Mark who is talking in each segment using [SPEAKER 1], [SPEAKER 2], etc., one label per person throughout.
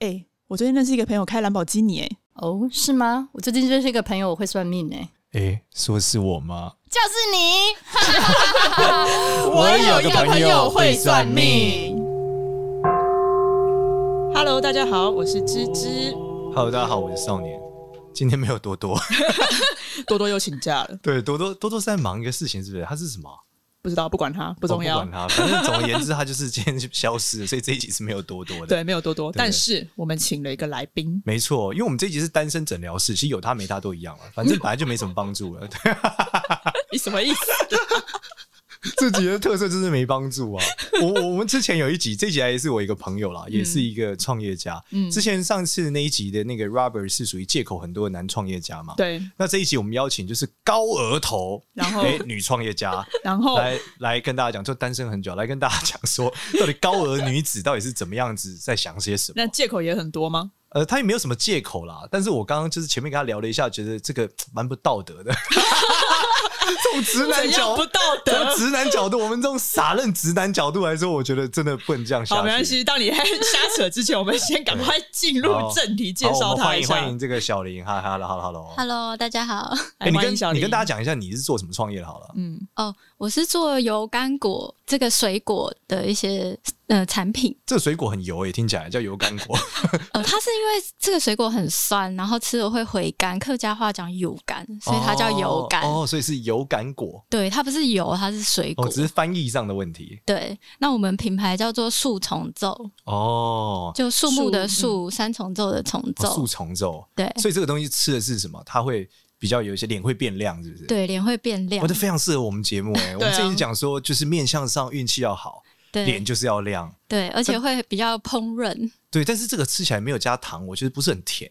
[SPEAKER 1] 哎、我最近认识一个朋友开兰博基尼、哎，
[SPEAKER 2] 哦，是吗？我最近认识一个朋友，我会算命哎、
[SPEAKER 3] 诶，说是我吗？
[SPEAKER 2] 就是你。
[SPEAKER 3] 我有个朋友会算命。
[SPEAKER 1] Hello，大家好，我是芝芝，
[SPEAKER 3] Hello，大家好，我是少年。今天没有多多，
[SPEAKER 1] 多多又请假了，
[SPEAKER 3] 对，多多多多是在忙一个事情，是不是？他是什么啊？
[SPEAKER 1] 不知道，不管他，不重要。
[SPEAKER 3] 我哦不管他，反正总而言之，他就是今天就消失了，所以这一集是没有多多的。
[SPEAKER 1] 对，，没有多多，
[SPEAKER 3] 对
[SPEAKER 1] 但是我们请了一个来宾，
[SPEAKER 3] 没错，因为我们这一集是单身诊疗室，其实有他没他都一样 了，反正本来就没什么帮助了。对，
[SPEAKER 1] 你什么意思？
[SPEAKER 3] 这集的特色就是没帮助啊。我我我们之前有一集，这集还是我一个朋友啦，也是一个创业家。
[SPEAKER 1] 嗯
[SPEAKER 3] 之前上次那一集的那个 Robert 是属于借口很多的男创业家嘛。
[SPEAKER 1] 对，
[SPEAKER 3] 那这一集我们邀请就是高额头，
[SPEAKER 1] 然后
[SPEAKER 3] 诶女创业家
[SPEAKER 1] 然后
[SPEAKER 3] 来来跟大家讲，就单身很久，来跟大家讲说，到底高额女子到底是怎么样子在想些什么？
[SPEAKER 1] 那借口也很多吗？
[SPEAKER 3] 呃，她也没有什么借口啦，但是我刚刚就是前面跟她聊了一下，觉得这个嘖蛮不道德 的，这种直男
[SPEAKER 1] 怎样
[SPEAKER 3] 角
[SPEAKER 1] 不，道
[SPEAKER 3] 从
[SPEAKER 1] 德？
[SPEAKER 3] 直男角度，我们这种傻愣直男角度来说，我觉得真的不能这样下去。
[SPEAKER 1] 好，没关系。当你 还瞎扯之前，我们先赶快进入
[SPEAKER 3] 好
[SPEAKER 1] 正题，介
[SPEAKER 3] 好，
[SPEAKER 1] 绍
[SPEAKER 3] 我们
[SPEAKER 1] 他
[SPEAKER 3] 欢
[SPEAKER 1] 一
[SPEAKER 3] 迎
[SPEAKER 1] 下。
[SPEAKER 3] 欢迎这个小林，哈哈哈喽哈喽。
[SPEAKER 2] Hello，大家好。
[SPEAKER 1] 哎
[SPEAKER 3] 你
[SPEAKER 1] 欢
[SPEAKER 3] 跟
[SPEAKER 1] 迎小
[SPEAKER 3] 你
[SPEAKER 1] 林，
[SPEAKER 3] 跟大家讲一下你是做什么创业的好了。
[SPEAKER 1] 嗯，
[SPEAKER 2] 哦，我是做油甘果这个水果的一些呃产品。
[SPEAKER 3] 这个水果很油诶，听起来叫油甘 果。
[SPEAKER 2] 呃，它是因为这个水果很酸，然后吃了会回甘，客家话讲油甘，所以它叫油甘。
[SPEAKER 3] 哦，哦所以是油感果
[SPEAKER 2] 对，它不是油，它是水果。
[SPEAKER 3] 哦，只是翻译上的问题
[SPEAKER 2] 对，那我们品牌叫做树重奏，
[SPEAKER 3] 哦。
[SPEAKER 2] 就树木的
[SPEAKER 1] 树
[SPEAKER 2] 树，三重奏的重
[SPEAKER 3] 哦
[SPEAKER 2] 奏
[SPEAKER 3] 树。丛肉，
[SPEAKER 2] 对
[SPEAKER 3] 所以这个东西吃的是什么？它会比较有一些脸会变亮，是不是？，
[SPEAKER 2] 对，脸会变亮
[SPEAKER 3] 我觉得。非常适合我们节目哎、我
[SPEAKER 1] 对啊
[SPEAKER 3] 们这一讲说就是面相上运气要好，脸
[SPEAKER 2] 对
[SPEAKER 3] 就是要亮。
[SPEAKER 2] 对，而且会比较烹饪。
[SPEAKER 3] 对，但是这个吃起来没有加糖，我觉得不是很 甜，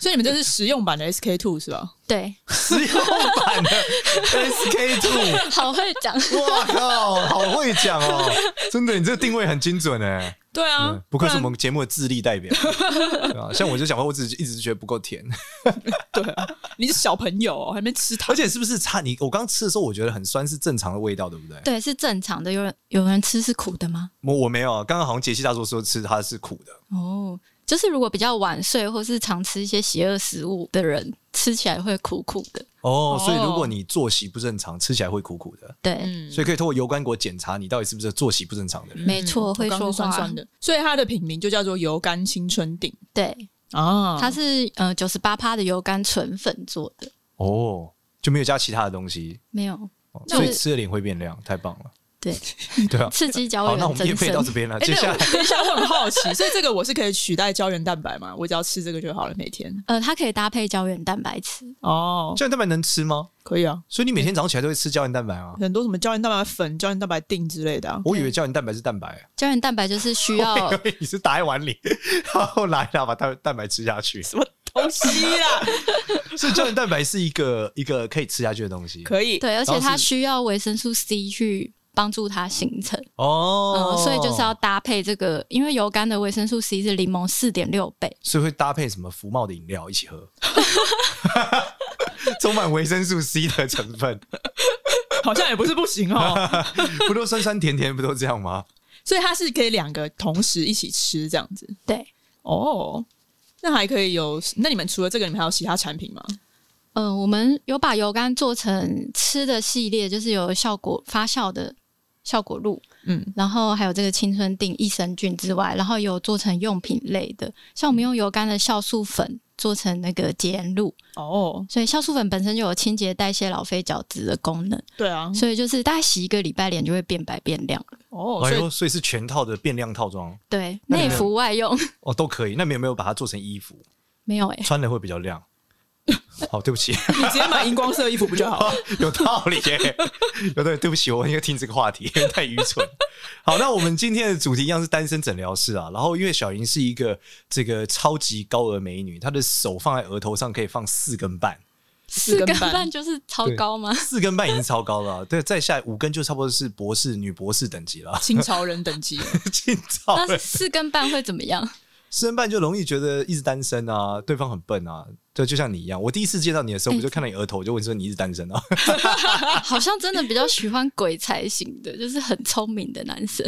[SPEAKER 1] 所以你们这是实用版的 SK two 是吧？
[SPEAKER 2] 对，
[SPEAKER 3] 食用版的 SK two，
[SPEAKER 2] 好会讲。
[SPEAKER 3] 哇靠，好会讲哦，真的，你这个定位很精准哎、
[SPEAKER 1] 对啊
[SPEAKER 3] 嗯，不愧是
[SPEAKER 1] 然
[SPEAKER 3] 我们节目的智力代表， 对啊，像我就想说，我只一直觉得不够甜，
[SPEAKER 1] 对啊，你是小朋友哦，还没吃糖
[SPEAKER 3] 而，且是不是差你？我刚吃的时候，我觉得很酸，是正常的味道，对不对？
[SPEAKER 2] 对，是正常的。有人有人吃是苦的吗？
[SPEAKER 3] 我我没有，啊，刚刚好像杰西大叔说吃它是苦的，
[SPEAKER 2] 哦，就是如果比较晚睡或是常吃一些邪恶食物的人，吃起来会苦苦的。
[SPEAKER 3] 哦
[SPEAKER 1] 哦，
[SPEAKER 3] 所以如果你作息不正常，吃起来会苦苦的，
[SPEAKER 2] 对，
[SPEAKER 1] 嗯
[SPEAKER 3] 所以可以通过油甘果检查你到底是不是作息不正常的人。
[SPEAKER 2] 没错
[SPEAKER 1] 我嗯
[SPEAKER 2] 会
[SPEAKER 1] 刚刚
[SPEAKER 2] 说
[SPEAKER 1] 是酸
[SPEAKER 2] 话
[SPEAKER 1] 酸的。所以它的品名就叫做油甘青春锭
[SPEAKER 2] 对，
[SPEAKER 1] 啊
[SPEAKER 2] 它是呃九十八趴的油甘纯粉做的，
[SPEAKER 3] 哦，就没有加其他的东西，
[SPEAKER 2] 没有
[SPEAKER 3] 哦
[SPEAKER 2] 那我
[SPEAKER 3] 所以吃了脸会变亮，太棒了。
[SPEAKER 2] 对
[SPEAKER 3] 对啊，
[SPEAKER 2] 刺激胶
[SPEAKER 3] 好，那我
[SPEAKER 2] 原
[SPEAKER 3] 们也
[SPEAKER 2] 增
[SPEAKER 3] 配到这
[SPEAKER 2] 生。
[SPEAKER 3] 边了，
[SPEAKER 1] 哎，对，
[SPEAKER 3] 接下
[SPEAKER 1] 我
[SPEAKER 3] 来
[SPEAKER 1] 等一下，我很好奇，所以这个我是可以取代胶原蛋白吗？我只要吃这个就好了，每天
[SPEAKER 2] 呃，它可以搭配胶原蛋白吃，
[SPEAKER 1] 哦，
[SPEAKER 3] 胶原蛋白能吃吗？
[SPEAKER 1] 可以啊，
[SPEAKER 3] 所以你每天早上起来都会吃胶原蛋白吗？
[SPEAKER 1] 很多什么胶原蛋白粉、胶原蛋白锭之类的啊。
[SPEAKER 3] 我以为胶原蛋白是蛋白，啊
[SPEAKER 2] 胶原蛋白就是 需要
[SPEAKER 3] 我以哦为你是打在碗里， 然后拿一拿把蛋蛋白吃下去。
[SPEAKER 1] 什么 东西啦？
[SPEAKER 3] 所以胶原蛋白是一个一个可以吃下去的东西。
[SPEAKER 1] 可以，
[SPEAKER 2] 对，而且
[SPEAKER 3] 然后
[SPEAKER 2] 它
[SPEAKER 3] 是
[SPEAKER 2] 需要维生素 C 去帮助它形成，
[SPEAKER 3] 哦
[SPEAKER 2] 嗯，，所以就是要，搭配这个，因为油甘的维生素 C 是柠檬四点六倍，
[SPEAKER 3] 所以会搭配什么福茂的饮料一起喝， 充满维生素 C 的成分，
[SPEAKER 1] 好像也不是不行哦。
[SPEAKER 3] 不都酸酸甜甜，不都这样吗？
[SPEAKER 1] 所以它是可以两个同时一起吃这样子。
[SPEAKER 2] 对。
[SPEAKER 1] 哦，那还可以有？那你们除了这个，你们还有其他产品吗？
[SPEAKER 2] 呃，我们有把油柑做成吃的系列，就是有效果发酵的效果露，
[SPEAKER 1] 嗯，
[SPEAKER 2] 然后还有这个青春锭益生菌之外，然后有做成用品类的，像我们用油柑的酵素粉做成那个洁颜露，
[SPEAKER 1] 哦，
[SPEAKER 2] 所以酵素粉本身就有清洁代谢老废角质的功能，
[SPEAKER 1] 对啊，
[SPEAKER 2] 所以就是大概洗一个礼拜脸就会变白变亮了。
[SPEAKER 1] 哦，
[SPEAKER 3] 哎
[SPEAKER 1] 所以
[SPEAKER 3] 呦，所以是全套的变量套装
[SPEAKER 2] 对，
[SPEAKER 3] 那你
[SPEAKER 2] 内
[SPEAKER 3] 们
[SPEAKER 2] 服外用
[SPEAKER 3] 哦，都可以。那你有没有把它做成衣服，
[SPEAKER 2] 没有哎、
[SPEAKER 3] 穿了会比较 亮？好，对不起，
[SPEAKER 1] 你直接买荧光色衣服不就好了？
[SPEAKER 3] 有道理耶。有对，对不起，我应该听这个话题， 因为太愚蠢。好，那我们今天的主题一样是单身诊疗室啊。然后，因为小莹是一个这个超级高额美女，她的手放在额头上可以放四根半，
[SPEAKER 1] 四根
[SPEAKER 2] 根
[SPEAKER 1] 半
[SPEAKER 2] 半就是超
[SPEAKER 3] 对
[SPEAKER 2] 高吗？
[SPEAKER 3] 四根半已经超高了啊。对，再下来五根就差不多是博士、女博士等 级了，
[SPEAKER 1] 清朝人等级，
[SPEAKER 3] 进超
[SPEAKER 2] 那
[SPEAKER 3] 了。
[SPEAKER 2] 四根半会怎么样？
[SPEAKER 3] 四根半就容易觉得一直单身啊，对方很笨啊。对，就像你一样，我第一次见到你的时候，我就看到你额头，我就问说你一直单身啊。
[SPEAKER 2] 好像真的比较喜欢鬼才型的，就是很聪明的男生。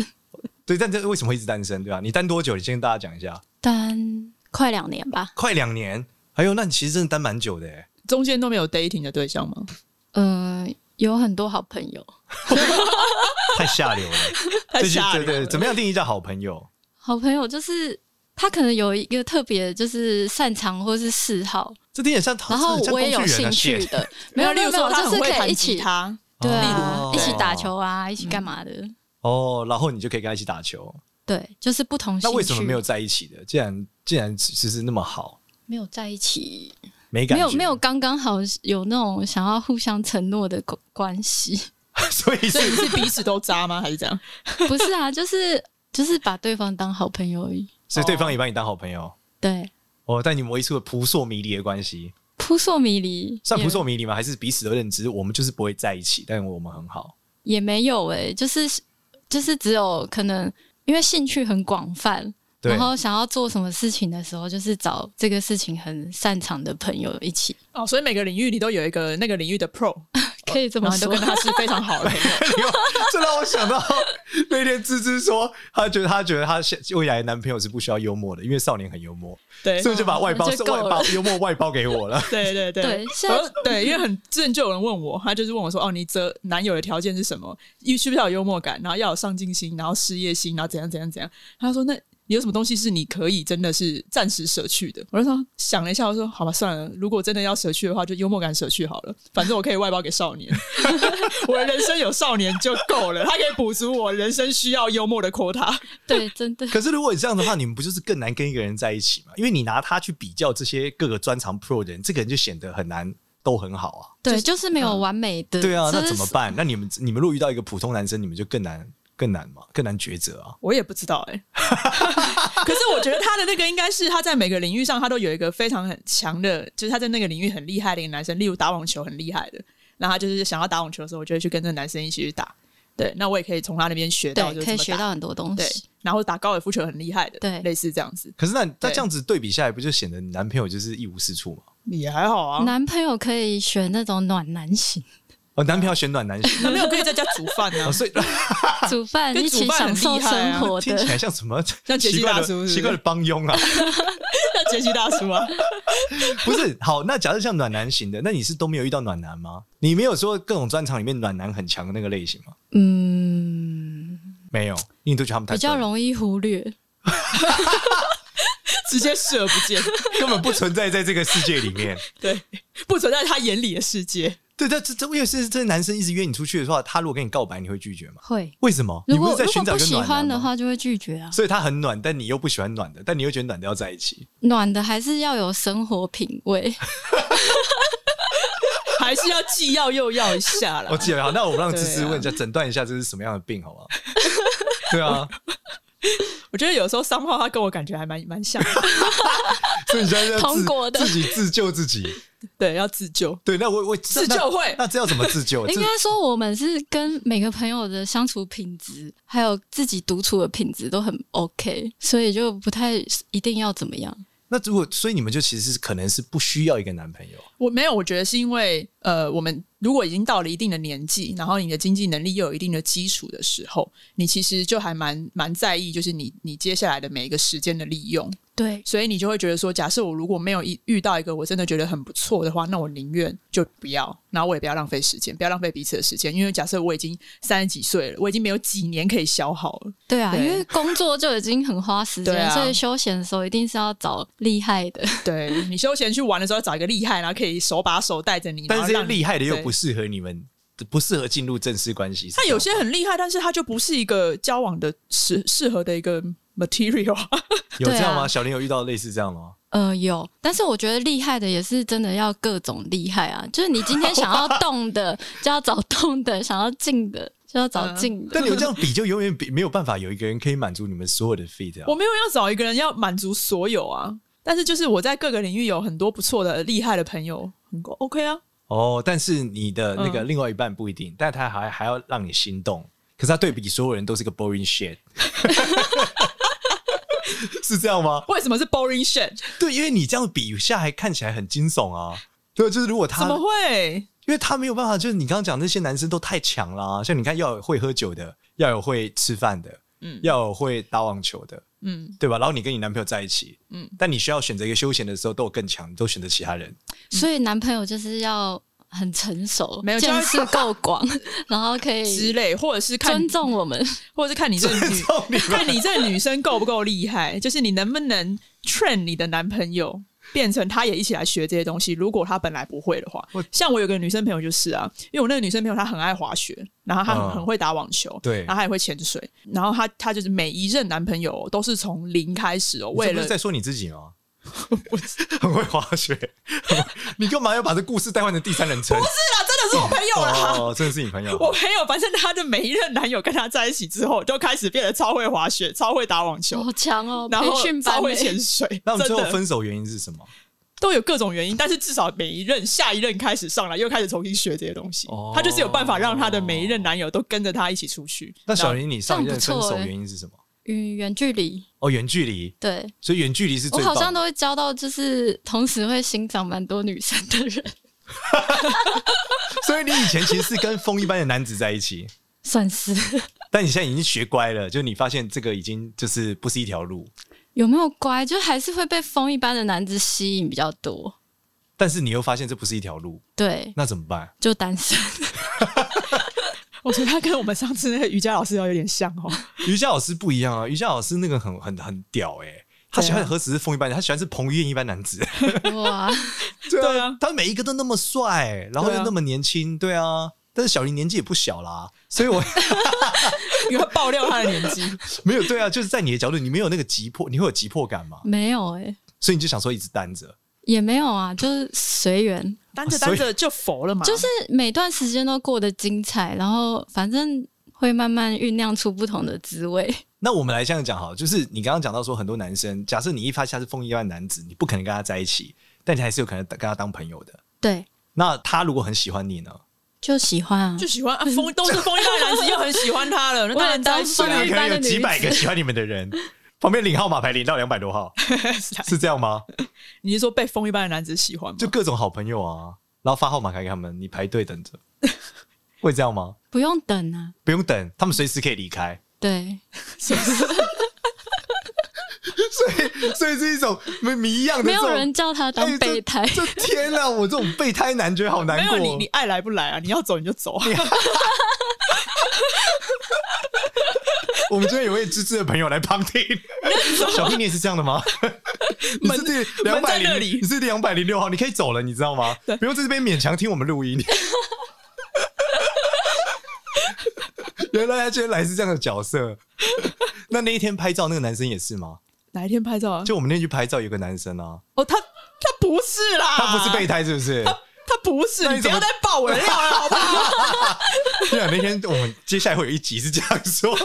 [SPEAKER 3] 对，但这为什么会一直单身，对吧、你单多久？你先跟大家讲一下。
[SPEAKER 2] 单快两年吧，
[SPEAKER 3] 快两年。哎呦，那你其实真的单蛮久的 耶，
[SPEAKER 1] 中间都没有 dating 的对象吗？
[SPEAKER 2] 嗯、有很多好朋友，
[SPEAKER 3] 太下流了。
[SPEAKER 1] 太
[SPEAKER 3] 这就
[SPEAKER 1] 吓
[SPEAKER 3] 对
[SPEAKER 1] 人
[SPEAKER 3] 对，
[SPEAKER 1] 了
[SPEAKER 3] 怎么样定义叫好朋友？
[SPEAKER 2] 好朋友就是他可能有一个特别就是擅长或是嗜好，
[SPEAKER 3] 这点也像讨，
[SPEAKER 2] 然后
[SPEAKER 3] 哦这很像
[SPEAKER 2] 我也有
[SPEAKER 3] 工具人啊
[SPEAKER 2] 兴趣
[SPEAKER 3] shit
[SPEAKER 2] 的，
[SPEAKER 1] 没
[SPEAKER 2] 没有
[SPEAKER 1] 有，例如
[SPEAKER 2] 没有
[SPEAKER 1] 说
[SPEAKER 2] 没有
[SPEAKER 1] 他
[SPEAKER 2] 就
[SPEAKER 1] 很
[SPEAKER 2] 是
[SPEAKER 1] 会
[SPEAKER 2] 可以
[SPEAKER 1] 弹
[SPEAKER 2] 一
[SPEAKER 1] 吉
[SPEAKER 2] 起
[SPEAKER 1] 他，
[SPEAKER 2] 对啊
[SPEAKER 1] 哦，
[SPEAKER 2] 一起打球啊，一起干嘛的？
[SPEAKER 3] 哦，然后你就可以跟他一起打球。
[SPEAKER 2] 对，就是不同兴
[SPEAKER 3] 那
[SPEAKER 2] 趣。
[SPEAKER 3] 为什么没有在一起的？既然既然其实那么好，
[SPEAKER 2] 没有在一起？
[SPEAKER 3] 没感
[SPEAKER 2] 没
[SPEAKER 3] 觉，
[SPEAKER 2] 有没有，，刚刚好有那种想要互相承诺的关关系？
[SPEAKER 3] 所以
[SPEAKER 1] 所以
[SPEAKER 3] 是
[SPEAKER 1] 你是彼此都渣吗？还是怎样？
[SPEAKER 2] 不是啊，就是就是把对方当好朋友而已。
[SPEAKER 3] 所以对方也把你当好朋友。
[SPEAKER 2] 对，
[SPEAKER 3] 哦，但你们维持了扑朔迷离的关系，
[SPEAKER 2] 扑朔迷离，
[SPEAKER 3] 算
[SPEAKER 2] 也
[SPEAKER 3] 扑朔迷离吗？还是彼此的认知，我们就是不会在一起，但我们很好。
[SPEAKER 2] 也没有诶、就是就是只有可能因为兴趣很广泛。
[SPEAKER 3] 对
[SPEAKER 2] 然后想要做什么事情的时候，就是找这个事情很擅长的朋友一起，
[SPEAKER 1] 哦，所以每个领域你都有一个那个领域的 pro，
[SPEAKER 2] 可以这么
[SPEAKER 1] 然后你都跟
[SPEAKER 2] 说。
[SPEAKER 1] 他是非常好 的朋友。
[SPEAKER 3] 这让我想到那天芝芝说，她觉得她觉得她现未来的男朋友是不需要幽默的，因为少年很幽默，
[SPEAKER 1] 对
[SPEAKER 3] 所以就把外包
[SPEAKER 2] 嗯就够
[SPEAKER 3] 外
[SPEAKER 2] 了
[SPEAKER 3] 包幽默外包给我了。
[SPEAKER 1] 对对对嗯
[SPEAKER 2] 对现在
[SPEAKER 1] 然后对，因为很之前就有人问我，他就是问我说：“哦，你择男友的条件是什么？需需不需要有幽默感，然后要有上进心，然后事业心，然后怎样怎样怎样？”他说：“那有什么东西是你可以真的是暂时舍去的？”我就说想了一下，我说：“好吧，算了，如果真的要舍去的话，就幽默感舍去好了，反正我可以外包给少年， 我的人生有少年就够了，他可以补足我人生需要幽默的 quota。
[SPEAKER 2] 对，真 的
[SPEAKER 3] 可是如果你这样的话，你们不就是更难跟一个人在一起吗？因为你拿他去比较这些各个专长 pro 的人，这个人就显得很难都很好啊。
[SPEAKER 2] 对，就是没有完美的。
[SPEAKER 3] 对啊，
[SPEAKER 2] 这
[SPEAKER 3] 那
[SPEAKER 2] 是
[SPEAKER 3] 怎么办？那你们你们如果遇到一个普通男生，你们就更难更难嘛，更难抉择啊”。
[SPEAKER 1] 我也不知道哎、 可是我觉得他的那个应该是他在每个领域上，他都有一个非常很强的，就是他在那个领域很厉害的一个男生，例如打网球很厉害的，然后他就是想要打网球的时候，我就会去跟这个男生一起去打。对，那我也可以从他那边学到，就
[SPEAKER 2] 对，
[SPEAKER 1] 是
[SPEAKER 2] 可以
[SPEAKER 1] 怎
[SPEAKER 2] 学
[SPEAKER 1] 么打
[SPEAKER 2] 到很多东
[SPEAKER 1] 对
[SPEAKER 2] 西。，
[SPEAKER 1] 然后打高尔夫球很厉害的，
[SPEAKER 2] 对
[SPEAKER 1] 类似这样子，
[SPEAKER 3] 可是那那这样子对比下来，不就显得你男朋友就是一无是处吗？
[SPEAKER 1] 也还好啊。
[SPEAKER 2] 男朋友可以选那种暖男型，
[SPEAKER 3] 哦，男朋友选暖男型，
[SPEAKER 1] 男朋友可以在家煮饭啊
[SPEAKER 3] 哦，，所以
[SPEAKER 2] 煮饭
[SPEAKER 1] 跟
[SPEAKER 2] 一
[SPEAKER 1] 煮
[SPEAKER 2] 起
[SPEAKER 1] 饭
[SPEAKER 2] 享
[SPEAKER 1] 很
[SPEAKER 2] 受
[SPEAKER 1] 厉害
[SPEAKER 2] 生
[SPEAKER 1] 啊
[SPEAKER 2] 活
[SPEAKER 3] 听起
[SPEAKER 2] 的。
[SPEAKER 3] 来像什 么
[SPEAKER 1] 像杰西
[SPEAKER 3] 奇怪
[SPEAKER 1] 大叔是
[SPEAKER 3] 的
[SPEAKER 1] 不是
[SPEAKER 3] 奇怪的帮佣啊？
[SPEAKER 1] 像杰西大叔啊，
[SPEAKER 3] 不是，好，那假设像暖男型的，那你是都没有遇到暖男吗？你没有说各种专场里面暖男很强的那个类型吗？
[SPEAKER 2] 嗯，
[SPEAKER 3] 没有，因为你都觉得他们太
[SPEAKER 2] 比较
[SPEAKER 3] 笨
[SPEAKER 2] 容易忽略。
[SPEAKER 1] 直接视而不见，
[SPEAKER 3] 根本不存在在这个世界里 面。
[SPEAKER 1] 对，不存在他眼里的世界。
[SPEAKER 3] 对，但这这因为是这男生一直约你出去的话，他如果跟你告白，你会拒绝吗？
[SPEAKER 2] 会，
[SPEAKER 3] 为什么？你
[SPEAKER 2] 如
[SPEAKER 3] 不
[SPEAKER 2] 果
[SPEAKER 3] 是在
[SPEAKER 2] 如
[SPEAKER 3] 寻
[SPEAKER 2] 果
[SPEAKER 3] 找
[SPEAKER 2] 不
[SPEAKER 3] 一个
[SPEAKER 2] 喜
[SPEAKER 3] 暖男
[SPEAKER 2] 欢
[SPEAKER 3] 吗
[SPEAKER 2] 的，话，就会拒绝啊。
[SPEAKER 3] 所以他很暖，但你又不喜欢暖的，但你又觉得暖的要在一起。
[SPEAKER 2] 暖的还是要有生活品味。
[SPEAKER 1] 还是要既要又要一下啦
[SPEAKER 3] 我。记得好，那我们让芝芝
[SPEAKER 1] 对啊
[SPEAKER 3] 问一下，诊断一下这是什么样的病，好不好？对啊，
[SPEAKER 1] 我觉得有时候三号他跟我感觉还蛮蛮像的，
[SPEAKER 3] 所以你现在要
[SPEAKER 2] 通
[SPEAKER 3] 自
[SPEAKER 2] 过的
[SPEAKER 3] 自己自救自己。
[SPEAKER 1] 对，要自救。
[SPEAKER 3] 对，那我我
[SPEAKER 1] 自救会
[SPEAKER 3] 那，那这要怎么自 救？哦
[SPEAKER 2] 应
[SPEAKER 3] 这
[SPEAKER 2] 该说，我们是跟每个朋友的相处品质，还有自己独处的品质都很 OK，所以就不太一定要怎么样。
[SPEAKER 3] 那如果所以你们就其实是可能是不需要一个男朋友，
[SPEAKER 1] 我没有，我觉得是因为呃，我们如果已经到了一定的年纪，然后你的经济能力又有一定的基础的时候，你其实就还蛮蛮在意，就是你你接下来的每一个时间的利用，
[SPEAKER 2] 对，
[SPEAKER 1] 所以你就会觉得说，假设我如果没有一遇到一个我真的觉得很不错的话，那我宁愿就不要，然后我也不要浪费时间，不要浪费彼此的时间，因为假设我已经三十几岁了，我已经没有几年可以消耗了，
[SPEAKER 2] 对啊，
[SPEAKER 1] 对
[SPEAKER 2] 因为工作就已经很花时间，
[SPEAKER 1] 对啊
[SPEAKER 2] 所以休闲的时候一定是要找厉害的。
[SPEAKER 1] 对你休闲去玩的时候，找一个厉害，然后可以手把手带着你，
[SPEAKER 3] 但是
[SPEAKER 1] 然
[SPEAKER 3] 这些
[SPEAKER 1] 后让你
[SPEAKER 3] 厉害的又
[SPEAKER 1] 对
[SPEAKER 3] 不适合你们，不适合进入正式关系。
[SPEAKER 1] 他有些很厉害，但是他就不是一个交往的适适合的一个 material 啊。
[SPEAKER 3] 有这样
[SPEAKER 2] 对
[SPEAKER 3] 吗？
[SPEAKER 2] 啊
[SPEAKER 3] 小林有遇到类似这样的吗？
[SPEAKER 2] 呃，有，但是我觉得厉害的也是真的要各种厉害啊，就是你今天 想要动的就要找动的，想要静的就要
[SPEAKER 1] 嗯
[SPEAKER 2] 找静的。
[SPEAKER 3] 但你们这样 比，就永远比没有办法有一个人可以满足你们所有的 fit
[SPEAKER 1] 我
[SPEAKER 3] 啊。
[SPEAKER 1] 没有要找一个人要满足所有啊，但是就是我在各个领域有很多不错的厉害的朋友，很够 OK 啊。
[SPEAKER 3] 哦，但是你的那个
[SPEAKER 1] 嗯
[SPEAKER 3] 另外一半不一定，但他还还要让你心动。可是他对比所有人都是个 boring shit，是这样吗？
[SPEAKER 1] 为什么是 boring shit？
[SPEAKER 3] 对，因为你这样比下还看起来很惊悚啊。对，就是如果他
[SPEAKER 1] 怎么会？
[SPEAKER 3] 因为他没有办法，就是你刚刚讲那些男生都太强了、啊，像你看要有会喝酒的，要有会吃饭的，
[SPEAKER 1] 嗯
[SPEAKER 3] 要有会打网球的，
[SPEAKER 1] 嗯，
[SPEAKER 3] 对吧？然后你跟你男朋友在一起，
[SPEAKER 1] 嗯
[SPEAKER 3] 但你需要选择一个休闲的时候，都有更强，都选择其他人。
[SPEAKER 2] 所以男朋友就是要很成熟，
[SPEAKER 1] 没有
[SPEAKER 2] 见
[SPEAKER 1] 就要
[SPEAKER 2] 识够广，然后可
[SPEAKER 1] 之
[SPEAKER 2] 以
[SPEAKER 1] 类，或者是看
[SPEAKER 2] 尊，重我们。
[SPEAKER 1] 或者是看你这个女，
[SPEAKER 3] 操你妈
[SPEAKER 1] 看你这个女生够不够厉害， 就是你能不能 train 你的男朋友变成他也一起来学这些东西。如果他本来不会的话
[SPEAKER 3] 我，
[SPEAKER 1] 像我有个女生朋友就是啊，因为我那个女生朋友她很爱滑雪，然后她很
[SPEAKER 3] 嗯
[SPEAKER 1] 很会打网球，
[SPEAKER 3] 对
[SPEAKER 1] 然后她也会潜水，然后她她就是每一任男朋友都是从零开始哦，为
[SPEAKER 3] 你这不
[SPEAKER 1] 了
[SPEAKER 3] 是在说你自己 吗？很会滑雪，你干嘛要把这故事带换成第三人
[SPEAKER 1] 是
[SPEAKER 3] 称？
[SPEAKER 1] 啦，真的是我朋友啦。
[SPEAKER 2] 啊
[SPEAKER 3] 哦，真的是你朋友。
[SPEAKER 1] 我朋友，反正她的每一任男友跟她在一起之后，都开始变得超会滑雪、超会打网球，
[SPEAKER 2] 好强哦！
[SPEAKER 1] 然
[SPEAKER 2] 培
[SPEAKER 1] 后
[SPEAKER 2] 训
[SPEAKER 1] 超
[SPEAKER 2] 班
[SPEAKER 1] 会
[SPEAKER 2] 欸
[SPEAKER 1] 潜水。
[SPEAKER 3] 那我们
[SPEAKER 1] 真
[SPEAKER 3] 最后
[SPEAKER 1] 的
[SPEAKER 3] 分手原因是什么？
[SPEAKER 1] 都有各种原因，但是至少每一任下一任开始上来，又开始重新学这些东西。
[SPEAKER 3] 哦
[SPEAKER 1] 她就是有办法让她的每一任男友都跟着她一起出 去。
[SPEAKER 3] 那小
[SPEAKER 1] 然后
[SPEAKER 3] 林，你上一任
[SPEAKER 2] 这
[SPEAKER 3] 分
[SPEAKER 2] 样不错
[SPEAKER 3] 手
[SPEAKER 2] 欸
[SPEAKER 3] 原因是什么？
[SPEAKER 2] 嗯，远距离，
[SPEAKER 3] 哦，远距离，
[SPEAKER 2] 对
[SPEAKER 3] 所以远距离是
[SPEAKER 2] 我
[SPEAKER 3] 最
[SPEAKER 2] 好
[SPEAKER 3] 棒
[SPEAKER 2] 像
[SPEAKER 3] 的。
[SPEAKER 2] 都会交到，就是同时会欣赏蛮多女生的人，
[SPEAKER 3] 所以你以前其实是跟风一般的男子在一起，
[SPEAKER 2] 算是
[SPEAKER 3] 但你现在已经学乖了，就你发现这个已经就是不是一条路，
[SPEAKER 2] 有没有乖，就还是会被风一般的男子吸引比较多。
[SPEAKER 3] 但是你又发现这不是一条路，
[SPEAKER 2] 对，
[SPEAKER 3] 那怎么 办？
[SPEAKER 2] 就单身，
[SPEAKER 1] 我觉得她跟我们上次那个瑜伽老师要有点像 哦。
[SPEAKER 3] 瑜伽老师不一样啊，瑜伽老师那个很很很屌哎、他喜欢的何止是风一般，他喜欢是彭于晏一般男子。
[SPEAKER 2] 哇，
[SPEAKER 1] 对啊
[SPEAKER 3] 他每一个都那么帅，然后
[SPEAKER 1] 对
[SPEAKER 3] 又
[SPEAKER 1] 啊
[SPEAKER 3] 那么年轻，对啊。但是小林年纪也不小啦，所以我
[SPEAKER 1] 因为她爆料她的年纪，
[SPEAKER 3] 没有对啊，就是在你的角度，你没有那个急迫，你会有急迫感嘛？
[SPEAKER 2] 没有哎、
[SPEAKER 3] 所以你就想说一直单着，
[SPEAKER 2] 也没有啊，就是随缘，
[SPEAKER 1] 单着
[SPEAKER 3] 所
[SPEAKER 1] 单
[SPEAKER 3] 以
[SPEAKER 1] 着就佛了嘛。
[SPEAKER 2] 就是每段时间都过得精彩，然后反正会慢慢酝酿出不同的滋味。
[SPEAKER 3] 那我们来这样讲好了，就是你刚刚讲到说很多男生，假设你一发现他是风一般的男子，你不可能跟他在一起，但你还是有可能跟他当朋友的。
[SPEAKER 2] 对，
[SPEAKER 3] 那他如果很喜欢你呢？
[SPEAKER 2] 就喜欢啊，
[SPEAKER 1] 就喜欢啊，风都是风一般的男子，又很喜欢她 了，那当然在一起
[SPEAKER 2] 我也当
[SPEAKER 1] 啊
[SPEAKER 2] 风一
[SPEAKER 3] 可能
[SPEAKER 2] 般
[SPEAKER 3] 有
[SPEAKER 2] 的
[SPEAKER 3] 几百个喜欢你们的 人，旁边领号码牌领到两百多号， 是这样吗？
[SPEAKER 1] 你是说被风一般的男子喜欢吗？
[SPEAKER 3] 就各种好朋友啊，然后发号码牌给他们，你排队等着， 会这样吗？
[SPEAKER 2] 不用等啊。
[SPEAKER 3] 不用等，他们随时可以离开，
[SPEAKER 2] 对，
[SPEAKER 3] 所以是一种 谜一样的
[SPEAKER 2] 没
[SPEAKER 3] 这
[SPEAKER 2] 有
[SPEAKER 3] 种。
[SPEAKER 2] 人叫他当
[SPEAKER 3] 哎
[SPEAKER 2] 备胎，
[SPEAKER 3] 这这天哪、我这种备胎男觉得好
[SPEAKER 1] 没
[SPEAKER 3] 难
[SPEAKER 1] 有
[SPEAKER 3] 过。
[SPEAKER 1] 你，你爱来不来啊？你要走你就走 啊。
[SPEAKER 3] 我们这边有位芝芝的朋友来 旁听，小弟你也是这样的吗？你是第两
[SPEAKER 1] 门
[SPEAKER 3] 百
[SPEAKER 1] 在那
[SPEAKER 3] 零，
[SPEAKER 1] 里
[SPEAKER 3] 你是两百零六号，你可以走了，你知道吗？不用在这边勉强听我们 录音。原来他今天来是这样的角色。那那一天拍照那个男生也是吗？
[SPEAKER 1] 哪一天拍照啊？
[SPEAKER 3] 就我们那天去拍照，有个男生啊，
[SPEAKER 1] 哦，他他不是啦，
[SPEAKER 3] 他不是备胎是不是？
[SPEAKER 1] 他不是，
[SPEAKER 3] 那你
[SPEAKER 1] 你不
[SPEAKER 3] 怎么
[SPEAKER 1] 要再爆我的料了，好不 好？
[SPEAKER 3] 对啊，那天我们接下来会有一集是这样说，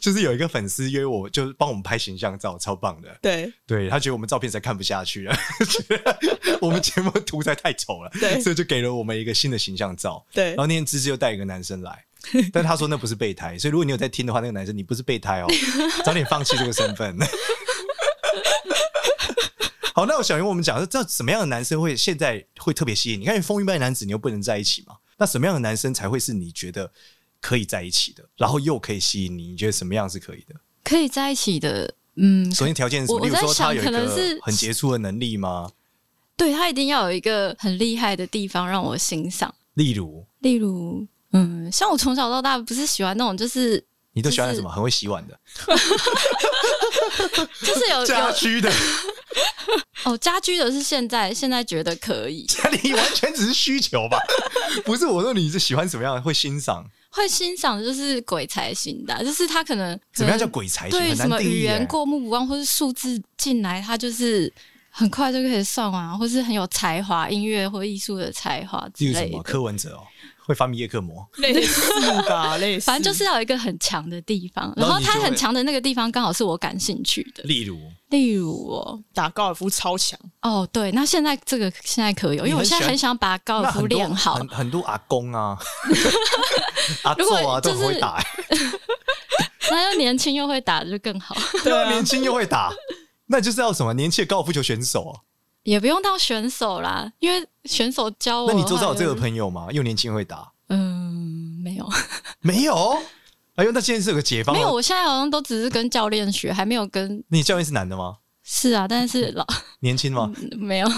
[SPEAKER 3] 就是有一个粉丝约我，就是帮我们拍形象照，超棒的。
[SPEAKER 1] 对，
[SPEAKER 3] 对他觉得我们照片实在看不下去了，觉得我们节目图实在太丑了，
[SPEAKER 1] 对
[SPEAKER 3] 所以就给了我们一个新的形象照。
[SPEAKER 1] 对
[SPEAKER 3] 然后那天芝芝又带一个男生来，但他说那不是备胎，所以如果你有在听的话，那个男生你不是备胎哦，早点放弃这个身份。 好，那我想跟我们讲，这怎么样的男生会现在会特别吸引你？看风一般的男子，你又不能在一起嘛？那什么样的男生才会是你觉得可以在一起的，然后又可以吸引你？你觉得什么样是可以的？
[SPEAKER 2] 可以在一起的。嗯，
[SPEAKER 3] 首先条件是什么？
[SPEAKER 2] 我
[SPEAKER 3] 例如
[SPEAKER 2] 我在
[SPEAKER 3] 说他
[SPEAKER 2] 想
[SPEAKER 3] 有一
[SPEAKER 2] 可能
[SPEAKER 3] 个
[SPEAKER 2] 是
[SPEAKER 3] 很杰出的能力吗？
[SPEAKER 2] 对他一定要有一个很厉害的地方让我欣赏，
[SPEAKER 3] 例如，
[SPEAKER 2] 例如，嗯，像我从小到大不是喜欢那种就是
[SPEAKER 3] 你都喜欢
[SPEAKER 2] 就是
[SPEAKER 3] 什么？很会洗碗的，
[SPEAKER 2] 就是 有
[SPEAKER 3] 家
[SPEAKER 2] 呃有
[SPEAKER 3] 居的，
[SPEAKER 2] 哦家居的是现在现在觉得可以，
[SPEAKER 3] 家里完全只是需求吧？ 不是，我说你是喜欢什么样的？会欣赏？
[SPEAKER 2] 会欣赏就是鬼才型的啊，就是他可能
[SPEAKER 3] 怎么样叫鬼才型？
[SPEAKER 2] 可能对
[SPEAKER 3] 很
[SPEAKER 2] 什
[SPEAKER 3] 难
[SPEAKER 2] 么
[SPEAKER 3] 定义
[SPEAKER 2] 语
[SPEAKER 3] 耶
[SPEAKER 2] 言过目不忘，或是数字进来，他就是很快就可以算完啊，或是很有才华，音乐或艺术的才华
[SPEAKER 3] 例
[SPEAKER 2] 之
[SPEAKER 3] 如什
[SPEAKER 2] 类
[SPEAKER 3] 么
[SPEAKER 2] 的。
[SPEAKER 3] 柯文哲哦，会发明叶克膜，
[SPEAKER 1] 类似 吧，类似，
[SPEAKER 2] 反正就是要有一个很强的地方，
[SPEAKER 3] 然
[SPEAKER 2] 然
[SPEAKER 3] 后
[SPEAKER 2] 后
[SPEAKER 3] 你
[SPEAKER 2] 他
[SPEAKER 3] 就
[SPEAKER 2] 很
[SPEAKER 3] 会
[SPEAKER 2] 强的那个地方刚好是我感兴趣的，
[SPEAKER 3] 例如
[SPEAKER 2] 例如哦，
[SPEAKER 1] 打高尔夫超强，哦
[SPEAKER 2] 哦，对，那现在这个现在可以哦，因
[SPEAKER 3] 你
[SPEAKER 2] 为我
[SPEAKER 3] 很
[SPEAKER 2] 现
[SPEAKER 3] 喜
[SPEAKER 2] 在
[SPEAKER 3] 欢
[SPEAKER 2] 很想把高
[SPEAKER 3] 那
[SPEAKER 2] 尔夫
[SPEAKER 3] 很多
[SPEAKER 2] 练好
[SPEAKER 3] 很，很多阿公 啊，阿
[SPEAKER 2] 如果
[SPEAKER 3] 昼啊都很
[SPEAKER 2] 就是
[SPEAKER 3] 会打，
[SPEAKER 2] 那又年轻又会打就更好，
[SPEAKER 1] 对
[SPEAKER 3] 又
[SPEAKER 1] 啊
[SPEAKER 3] 年轻又会打，那就是要什么年轻的高尔夫球选手啊。
[SPEAKER 2] 也不用到选手啦，因为选手教我。
[SPEAKER 3] 那你周遭有这个朋友吗？又年轻又会打？
[SPEAKER 2] 嗯，没有，
[SPEAKER 3] 没有，哎呦，那现在是有个解放
[SPEAKER 2] 没有，
[SPEAKER 3] 了。
[SPEAKER 2] 我现在好像都只是跟教练学，还没有跟
[SPEAKER 3] 你教练是男的吗？
[SPEAKER 2] 是啊，但是 老
[SPEAKER 3] 年轻吗？
[SPEAKER 1] 嗯
[SPEAKER 2] 没有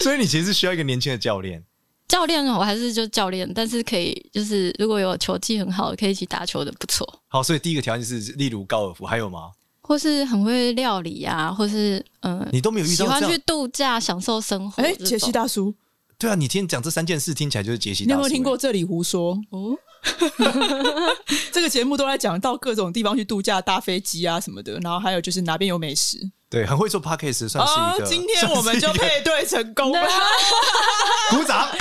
[SPEAKER 3] 所以你其实是需要一个年轻的教练。
[SPEAKER 2] 教练，我还是就教练，但是可以就是如果有球技很好，可以一起打球的，不错。
[SPEAKER 3] 好，所以第一个条件是，例如高尔夫，还有吗？
[SPEAKER 2] 或是很会料理啊，或是嗯、呃
[SPEAKER 3] 你都没有遇
[SPEAKER 2] 喜
[SPEAKER 3] 到
[SPEAKER 2] 欢
[SPEAKER 3] 这
[SPEAKER 2] 去
[SPEAKER 3] 样？
[SPEAKER 2] 度假、享受生活。
[SPEAKER 1] 哎，
[SPEAKER 2] 这
[SPEAKER 1] 杰西
[SPEAKER 2] 种
[SPEAKER 1] 大叔，
[SPEAKER 3] 对啊，你今天讲这三件事，听起来就是杰西
[SPEAKER 1] 你
[SPEAKER 3] 大
[SPEAKER 1] 有
[SPEAKER 3] 叔。
[SPEAKER 1] 没有听过？这里胡说？
[SPEAKER 2] 哦，
[SPEAKER 1] 这个节目都在讲到各种地方去度假、搭飞机啊什么的，然后还有就是哪边有美食。
[SPEAKER 3] 对，很会做 podcast，算是
[SPEAKER 1] 啊
[SPEAKER 3] 一个。
[SPEAKER 1] 今天我们就
[SPEAKER 3] 算是 一个
[SPEAKER 1] 配对成功
[SPEAKER 2] 对
[SPEAKER 1] 了。
[SPEAKER 2] 啊
[SPEAKER 3] 鼓掌。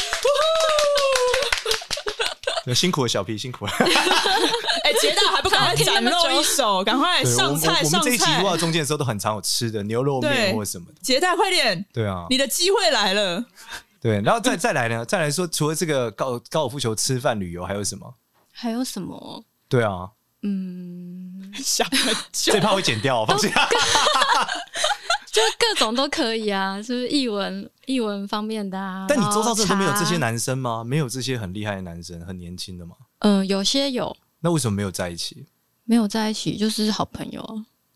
[SPEAKER 3] 对辛苦了，小 P，辛苦了。
[SPEAKER 1] 哎，杰大还不赶快展露一手， 赶快
[SPEAKER 3] 对，我
[SPEAKER 1] 上
[SPEAKER 3] 们
[SPEAKER 1] 菜
[SPEAKER 3] 我们
[SPEAKER 1] 上
[SPEAKER 3] 这一集
[SPEAKER 1] 菜
[SPEAKER 3] 录！到中间的时候，都很常有吃的牛肉面
[SPEAKER 1] 对
[SPEAKER 3] 或什么的。
[SPEAKER 1] 杰大，快点，
[SPEAKER 3] 对啊，
[SPEAKER 1] 你的机会来了。
[SPEAKER 3] 对，然后再再来呢，再来说，除了这个高高尔夫球、吃饭、旅游，还有什么？
[SPEAKER 2] 还有什么？
[SPEAKER 3] 对啊，
[SPEAKER 2] 嗯，
[SPEAKER 1] 想很久
[SPEAKER 3] 这，怕会剪 掉，放心。
[SPEAKER 2] 就各种都可以啊， 就是译文译文方面的啊。
[SPEAKER 3] 但你周遭真的都没有这些
[SPEAKER 2] 然后茶？啊
[SPEAKER 3] 男生吗？没有这些很厉害的男生，很年轻的吗？
[SPEAKER 2] 嗯、有些有
[SPEAKER 3] 那为什么没有在一起？呃
[SPEAKER 2] 没有在一起，就是好朋友啊。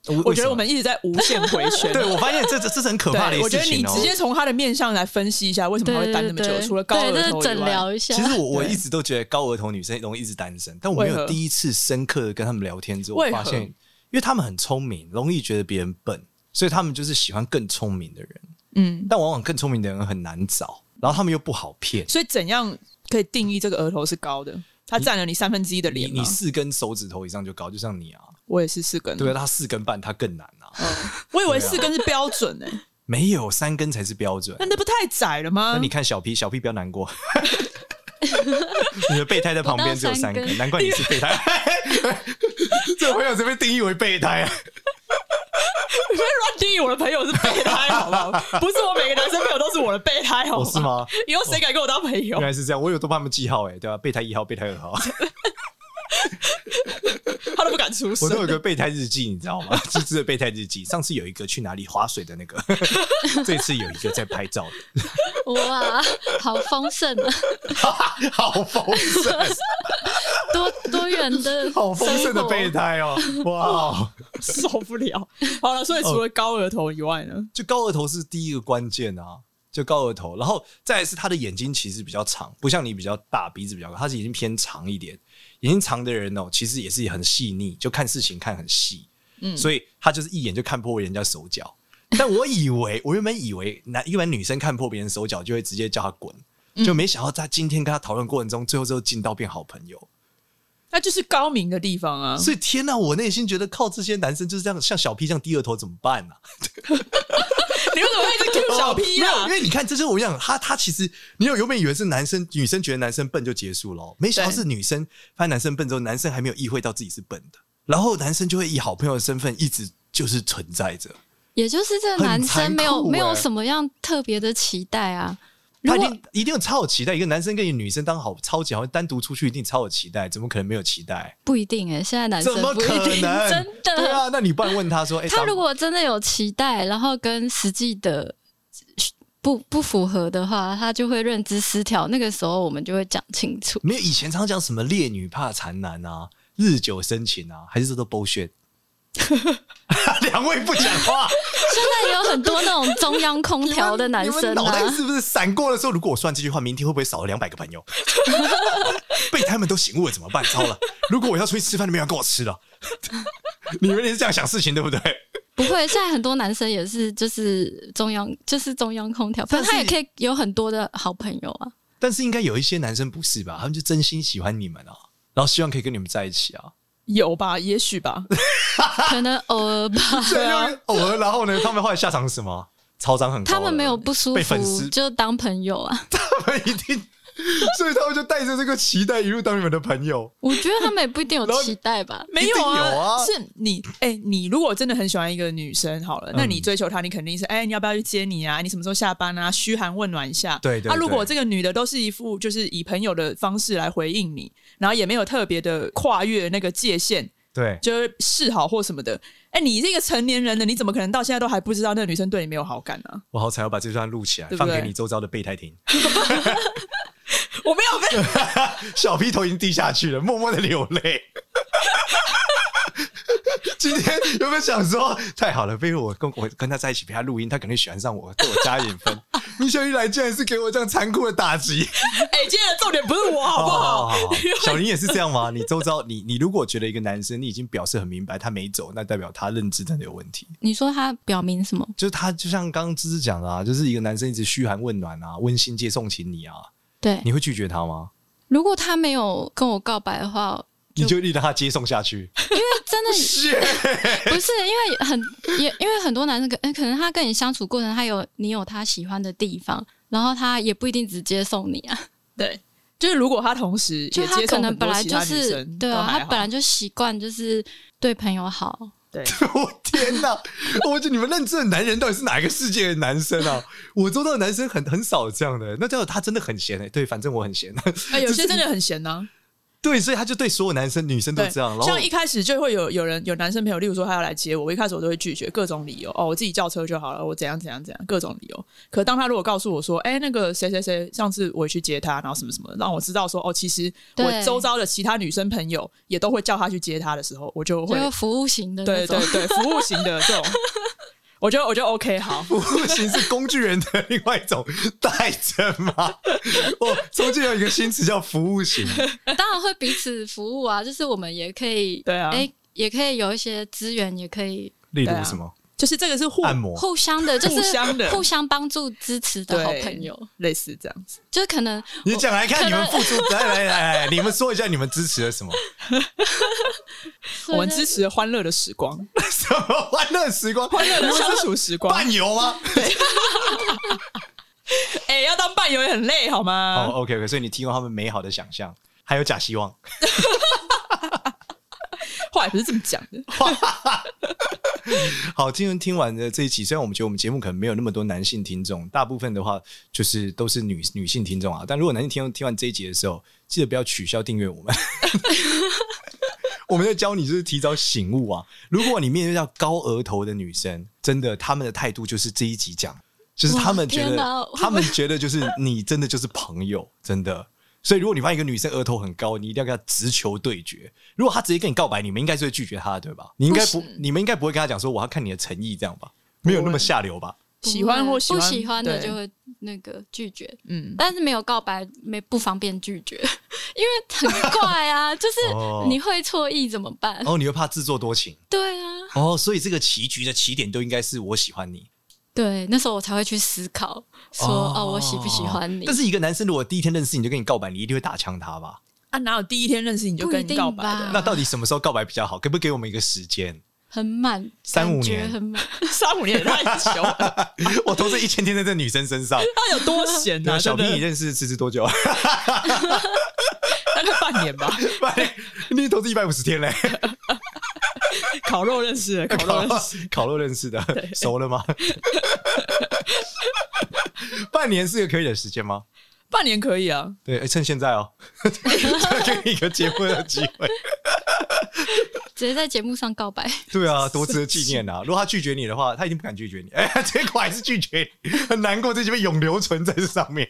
[SPEAKER 1] 我
[SPEAKER 3] 为
[SPEAKER 1] 觉
[SPEAKER 3] 什
[SPEAKER 1] 得
[SPEAKER 3] 么
[SPEAKER 1] 我们一直在无限回旋。
[SPEAKER 3] 对我发现这这这是很可怕的
[SPEAKER 1] 对，
[SPEAKER 3] 一
[SPEAKER 1] 我
[SPEAKER 3] 个
[SPEAKER 1] 觉
[SPEAKER 3] 事
[SPEAKER 1] 得你
[SPEAKER 3] 情哦
[SPEAKER 1] 直。接从他的面上来分析一下，为什么
[SPEAKER 2] 对
[SPEAKER 1] 他
[SPEAKER 2] 对
[SPEAKER 1] 会
[SPEAKER 2] 对，
[SPEAKER 1] 单那么久？
[SPEAKER 2] 对
[SPEAKER 1] 除了高
[SPEAKER 2] 对
[SPEAKER 1] 额
[SPEAKER 2] 这
[SPEAKER 1] 头
[SPEAKER 2] 是
[SPEAKER 1] 以
[SPEAKER 2] 诊
[SPEAKER 1] 外，
[SPEAKER 2] 疗一下。
[SPEAKER 3] 其实我我
[SPEAKER 1] 对
[SPEAKER 3] 一直都觉得高额头女生容易一直单身，但我没
[SPEAKER 1] 为
[SPEAKER 3] 有
[SPEAKER 1] 何
[SPEAKER 3] 第一次深刻的跟他们聊天之后，
[SPEAKER 1] 为
[SPEAKER 3] 我
[SPEAKER 1] 何
[SPEAKER 3] 发现，因为他们很聪明，容易觉得别人笨，所以他们就是喜欢更聪明的人，
[SPEAKER 1] 嗯，
[SPEAKER 3] 但往往更聪明的人很难找，然后他们又不好骗。
[SPEAKER 1] 所以怎样可以定义这个额头是高的？它占了你三分之一的
[SPEAKER 3] 你
[SPEAKER 1] 脸
[SPEAKER 3] 你
[SPEAKER 1] 吗？
[SPEAKER 3] 四根手指头以上就高，就像你啊，
[SPEAKER 1] 我也是四根，
[SPEAKER 3] 对啊，他四根半他更难啊，
[SPEAKER 1] 嗯我以为
[SPEAKER 3] 对啊
[SPEAKER 1] 四根是标准诶、
[SPEAKER 3] 没有三根才是标准
[SPEAKER 1] 那。那不太窄了吗？
[SPEAKER 3] 啊
[SPEAKER 2] 嗯
[SPEAKER 3] 那你看小 P，小 P 不要难过， 你的备胎在旁边只有三
[SPEAKER 2] 我
[SPEAKER 3] 根
[SPEAKER 2] 当，三根
[SPEAKER 3] 难怪你是备胎。这朋友这边定义为备胎啊，
[SPEAKER 1] 不要乱定义我的朋友是备胎，好不 好？不是我每个男生朋友都是我的备胎，好
[SPEAKER 3] 哦
[SPEAKER 1] 吗？
[SPEAKER 3] 是吗？
[SPEAKER 1] 以后谁敢跟我当朋友
[SPEAKER 3] 原？来是这样，我有都帮他们记号哎、对吧、备胎一号、备胎二 号，
[SPEAKER 1] 他都不敢出
[SPEAKER 3] 我都有
[SPEAKER 1] 声。
[SPEAKER 3] 个备胎日记，你知道吗？芝芝的备胎日记，上次有一个去哪里划水的那个， 这次有一个在拍照的，
[SPEAKER 2] 哇，好丰盛啊，
[SPEAKER 3] 好丰盛，
[SPEAKER 2] 多 多元的
[SPEAKER 3] 好丰盛的备
[SPEAKER 2] 生活
[SPEAKER 3] 胎哦，哇！
[SPEAKER 1] 受不了。好了，所以除了高额头以外呢？
[SPEAKER 3] 就高额头是第一个关键啊，就高额头，然后再来是他的眼睛其实比较长，不像你比较大，鼻子比较高，他是眼睛偏长一点。眼睛长的人哦，其实也是很细腻，就看事情看很细，
[SPEAKER 1] 嗯
[SPEAKER 3] 所以他就是一眼就看破人家手脚。 但我以为，我原本以为男一般女生看破别人手脚就会直接叫他滚，就没想到在今天跟他讨论过程中，最后就进到变好朋友。
[SPEAKER 1] 那就是高明的地方啊。
[SPEAKER 3] 所以天呐、我内心觉得靠这些男生就是这样，像小 P 这样低额头怎么办呢、啊？
[SPEAKER 1] 你为什么会一直 Q 小 P
[SPEAKER 3] 哦没有
[SPEAKER 1] 啊
[SPEAKER 3] 因？为你看，这就是我讲，他他其实你有原本以为是男生女生觉得男生笨就结束了哦，没想到
[SPEAKER 1] 对
[SPEAKER 3] 是女生发现男生笨之后，男生还没有意会到自己是笨的，然后男生就会以好朋友的身份一直就是存在着。
[SPEAKER 2] 也就是这个男生没
[SPEAKER 3] 很残
[SPEAKER 2] 有
[SPEAKER 3] 酷欸
[SPEAKER 2] 没有什么样特别的期待啊。如
[SPEAKER 3] 他一
[SPEAKER 2] 果
[SPEAKER 3] 定一定有超有期待，一个男生跟一个女生当好超级好，单独出去一定超有期待，怎么可能没有期待？
[SPEAKER 2] 不一定哎、现在男生
[SPEAKER 3] 怎么
[SPEAKER 2] 不一
[SPEAKER 3] 可
[SPEAKER 2] 定，
[SPEAKER 3] 能？
[SPEAKER 2] 真
[SPEAKER 3] 对
[SPEAKER 2] 的。
[SPEAKER 3] 啊，那你不然问他说，哎、咱
[SPEAKER 2] 他
[SPEAKER 3] 们
[SPEAKER 2] 如果真的有期待，然后跟实际的不不符合的话，他就会认知失调。那个时候我们就会讲清 楚。
[SPEAKER 3] 没有以前常讲什么烈女怕缠男啊，日久生情啊，还是这都 bullshit？两位不讲话。
[SPEAKER 2] 现在也有很多那种中央空调的男
[SPEAKER 3] 你们
[SPEAKER 2] 生
[SPEAKER 3] 脑袋
[SPEAKER 2] 啊，
[SPEAKER 3] 是不是闪过的时候，如果我算这句话，明天会不会少了两百个朋友？ 被他们都醒悟了怎么办？糟了！如果我要出去吃饭，你们要跟我吃了。 你们也是这样想事情对不对？
[SPEAKER 2] 不会。现在很多男生也是，就是中央，就是中央空调，反正他也可以有很多的好朋友啊。
[SPEAKER 3] 但是应该有一些男生不是吧？他们就真心喜欢你们啊，然后希望可以跟你们在一起啊。
[SPEAKER 1] 有吧？也许吧。
[SPEAKER 2] 可能偶 尔吧，
[SPEAKER 1] 对啊，
[SPEAKER 3] 偶尔，然后呢，他们后来下场是什么？超长很高的，
[SPEAKER 2] 他们没有不舒
[SPEAKER 3] 被粉丝
[SPEAKER 2] 服，就当朋友 啊。
[SPEAKER 3] 他们一定，所以他们就带着这个期待一路当你们的朋友。
[SPEAKER 2] 我觉得他们也不一定有
[SPEAKER 3] 然后
[SPEAKER 2] 期待吧。
[SPEAKER 1] 没有
[SPEAKER 3] 一定有啊
[SPEAKER 1] 是你哎、你如果真的很喜欢一个女生，好了，那
[SPEAKER 3] 嗯
[SPEAKER 1] 你追求她，你肯定是哎、你要不要去接你啊？你什么时候下班啊？嘘寒问暖一下。
[SPEAKER 3] 对对
[SPEAKER 1] 啊，如
[SPEAKER 3] 对
[SPEAKER 1] 果这个女的都是一副就是以朋友的方式来回应你，然后也没有特别的跨越那个界限，
[SPEAKER 3] 对，
[SPEAKER 1] 就是示好或什么的。哎、你这个成年人了，你怎么可能到现在都还不知道那个女生对你 没有好感呢、啊
[SPEAKER 3] 我好想要把这段录起来，
[SPEAKER 1] 对不
[SPEAKER 3] 放
[SPEAKER 1] 对
[SPEAKER 3] 给你周遭的备胎听。
[SPEAKER 1] 我没有被，
[SPEAKER 3] 小 P 头已经低下去了，默默的流泪。 今天有没有想说，太好了，比如我跟我跟他在一起陪他录音，他肯定喜欢上我，对我加一点 分。米小一来竟然是给我这样残酷的打击，
[SPEAKER 1] 哎、今天的重点不是我，哦好不
[SPEAKER 3] 哦
[SPEAKER 1] 好？
[SPEAKER 3] 小林也是这样吗？你周遭，你你如果觉得一个男生你已经表示很明白他没走，那代表他认知真的有问题。
[SPEAKER 2] 你说他表明什么？
[SPEAKER 3] 就是他就像刚刚芝芝讲的啊，就是一个男生一直嘘寒问暖啊，温馨接送请你啊，
[SPEAKER 2] 对，
[SPEAKER 3] 你会拒绝他吗？
[SPEAKER 2] 如果他没有跟我告白的话，
[SPEAKER 3] 你就让他接送下去？
[SPEAKER 2] 真的
[SPEAKER 3] 啊是。欸
[SPEAKER 2] 不是因为很也因为很多男生可呃可能他跟你相处过程，他有你有他喜欢的地方，然后他也不一定直接送你啊，
[SPEAKER 1] 对，就是如果他同时也
[SPEAKER 2] 就他
[SPEAKER 1] 接
[SPEAKER 2] 可
[SPEAKER 1] 送
[SPEAKER 2] 能
[SPEAKER 1] 很
[SPEAKER 2] 本
[SPEAKER 1] 多
[SPEAKER 2] 来
[SPEAKER 1] 其
[SPEAKER 2] 就
[SPEAKER 1] 他女
[SPEAKER 2] 是
[SPEAKER 1] 生，
[SPEAKER 2] 对
[SPEAKER 1] 都
[SPEAKER 2] 啊，
[SPEAKER 1] 还
[SPEAKER 2] 他
[SPEAKER 1] 好
[SPEAKER 2] 本来就习惯就是对朋友好，
[SPEAKER 1] 对，
[SPEAKER 3] 我天哪！我觉得你们认知的男人到底是哪一个世界的男生啊？我周遭的男生很很少这样的，那代表他真的很闲哎、对，反正我很闲。
[SPEAKER 1] 哎、有些真的很闲呐、
[SPEAKER 3] 对，所以他就对所有男生、女生都
[SPEAKER 1] 对，
[SPEAKER 3] 这样。然后
[SPEAKER 1] 像一开始就会有有人有男生朋友，例如说他要来接我，我一开始我都会拒绝，各种理由。哦，我自己叫车就好了，我怎样怎样怎样，各种理由。可当他如果告诉我说，哎、那个谁谁谁，上次我去接他，然后什么什么，让我知道说，哦，其实我
[SPEAKER 2] 对
[SPEAKER 1] 周遭的其他女生朋友也都会叫他去接他的时候，我就
[SPEAKER 2] 就
[SPEAKER 1] 会
[SPEAKER 2] 是服务型的那
[SPEAKER 1] 对
[SPEAKER 2] 种
[SPEAKER 1] 对。对，服务型的这 种，我觉得我觉得 OK 好。
[SPEAKER 3] 服务型是工具人的另外一种代称嘛？我中间有一个新词叫服务型，
[SPEAKER 2] 当然会彼此服务啊，就是我们也可以，
[SPEAKER 1] 对啊
[SPEAKER 2] 哎、也可以有一些资源，也可以
[SPEAKER 3] 例
[SPEAKER 1] 对啊
[SPEAKER 3] 如什么、
[SPEAKER 1] 就是这个是互
[SPEAKER 3] 按摩。
[SPEAKER 2] 互相的，就是
[SPEAKER 1] 互相的
[SPEAKER 2] 互相帮助、支持的
[SPEAKER 1] 对
[SPEAKER 2] 好朋友。，
[SPEAKER 1] 类似这样子。
[SPEAKER 2] 就是可能
[SPEAKER 3] 你讲来看，你们付出，来来来来，你们说一下你们支持了什么？
[SPEAKER 1] 我们支
[SPEAKER 2] 之
[SPEAKER 1] 持欢乐的时光，
[SPEAKER 3] 什么欢乐时光？
[SPEAKER 1] 欢乐的相处时光。
[SPEAKER 3] 伴游吗？
[SPEAKER 1] 哎、要当伴游也很累，好吗？
[SPEAKER 3] 哦，OK，OK，所以你提供他们美好的想象，还有假希望。
[SPEAKER 1] 话也不是这么讲的。
[SPEAKER 3] 好，今天听完的这一期，虽然我们觉得我们节目可能没有那么多男性听众，大部分的话就是都是女女性听众啊。但如果男性听众听完这一集的时候，记得不要取消订阅我们。 我们在教你就是提早醒悟啊！如果你面对到高额头的女生，真的她们的态度就是这一集讲，就是她们觉
[SPEAKER 2] 哇天哪
[SPEAKER 3] 得她们觉得就是你真的就是朋友，真的。所以如果你发现一个女生额头很高，你一定要跟她直球对决。如果她直接跟你告白，你们应该是会拒绝她的，对吧？你应该不，你们应该不会跟她讲说我要看你的诚意这样吧？没有那么下流吧？
[SPEAKER 1] 喜欢或
[SPEAKER 2] 不喜
[SPEAKER 1] 喜
[SPEAKER 2] 欢的
[SPEAKER 1] 对
[SPEAKER 2] 就会那个拒绝，
[SPEAKER 1] 嗯，
[SPEAKER 2] 但是没有告白没不方便拒绝， 因为很怪啊，就是
[SPEAKER 3] 哦
[SPEAKER 2] 你会错意怎么办？
[SPEAKER 3] 哦，你又怕自作多 情
[SPEAKER 2] 对啊，
[SPEAKER 3] 哦，所以这个棋局的起点都应该是我喜欢你。
[SPEAKER 2] 对，那时候我才会去思考说哦，我喜不喜欢你？
[SPEAKER 3] 但是一个男生如果第一天认识你就跟你告白，你一定会打枪他吧？
[SPEAKER 1] 啊，哪有第一天认识你就跟
[SPEAKER 2] 不一
[SPEAKER 1] 你
[SPEAKER 2] 定
[SPEAKER 1] 告白的？
[SPEAKER 2] 吧
[SPEAKER 3] 那到底什么时候告白比较好？可不可以给我们一个时 间？
[SPEAKER 2] 很满，
[SPEAKER 3] 三五
[SPEAKER 2] 感觉
[SPEAKER 3] 年
[SPEAKER 2] 很满。
[SPEAKER 1] 三五年也太久 了，
[SPEAKER 3] 我投资一千天在这女生身 上。
[SPEAKER 1] 他有多闲
[SPEAKER 3] 那
[SPEAKER 1] 啊？
[SPEAKER 3] 小 B，
[SPEAKER 1] 真的
[SPEAKER 3] 你认识芝芝多久？
[SPEAKER 1] 大概半年吧。
[SPEAKER 3] 你投资一百五十天嘞，
[SPEAKER 1] 烤肉认识的， 烤肉
[SPEAKER 3] 烤
[SPEAKER 1] 认识。
[SPEAKER 3] 烤肉认识的，熟 了吗？半年是个可以的时间吗？
[SPEAKER 1] 半年可以啊，
[SPEAKER 3] 对，诶趁现在哦，给你一个结婚的机会。
[SPEAKER 2] 直接在节目上告白，
[SPEAKER 3] 对啊，多值得纪念啊！如果他拒绝你的话，他一定不敢拒绝你，哎、结果还是拒绝你，很难过，这就被永留存在这 上面。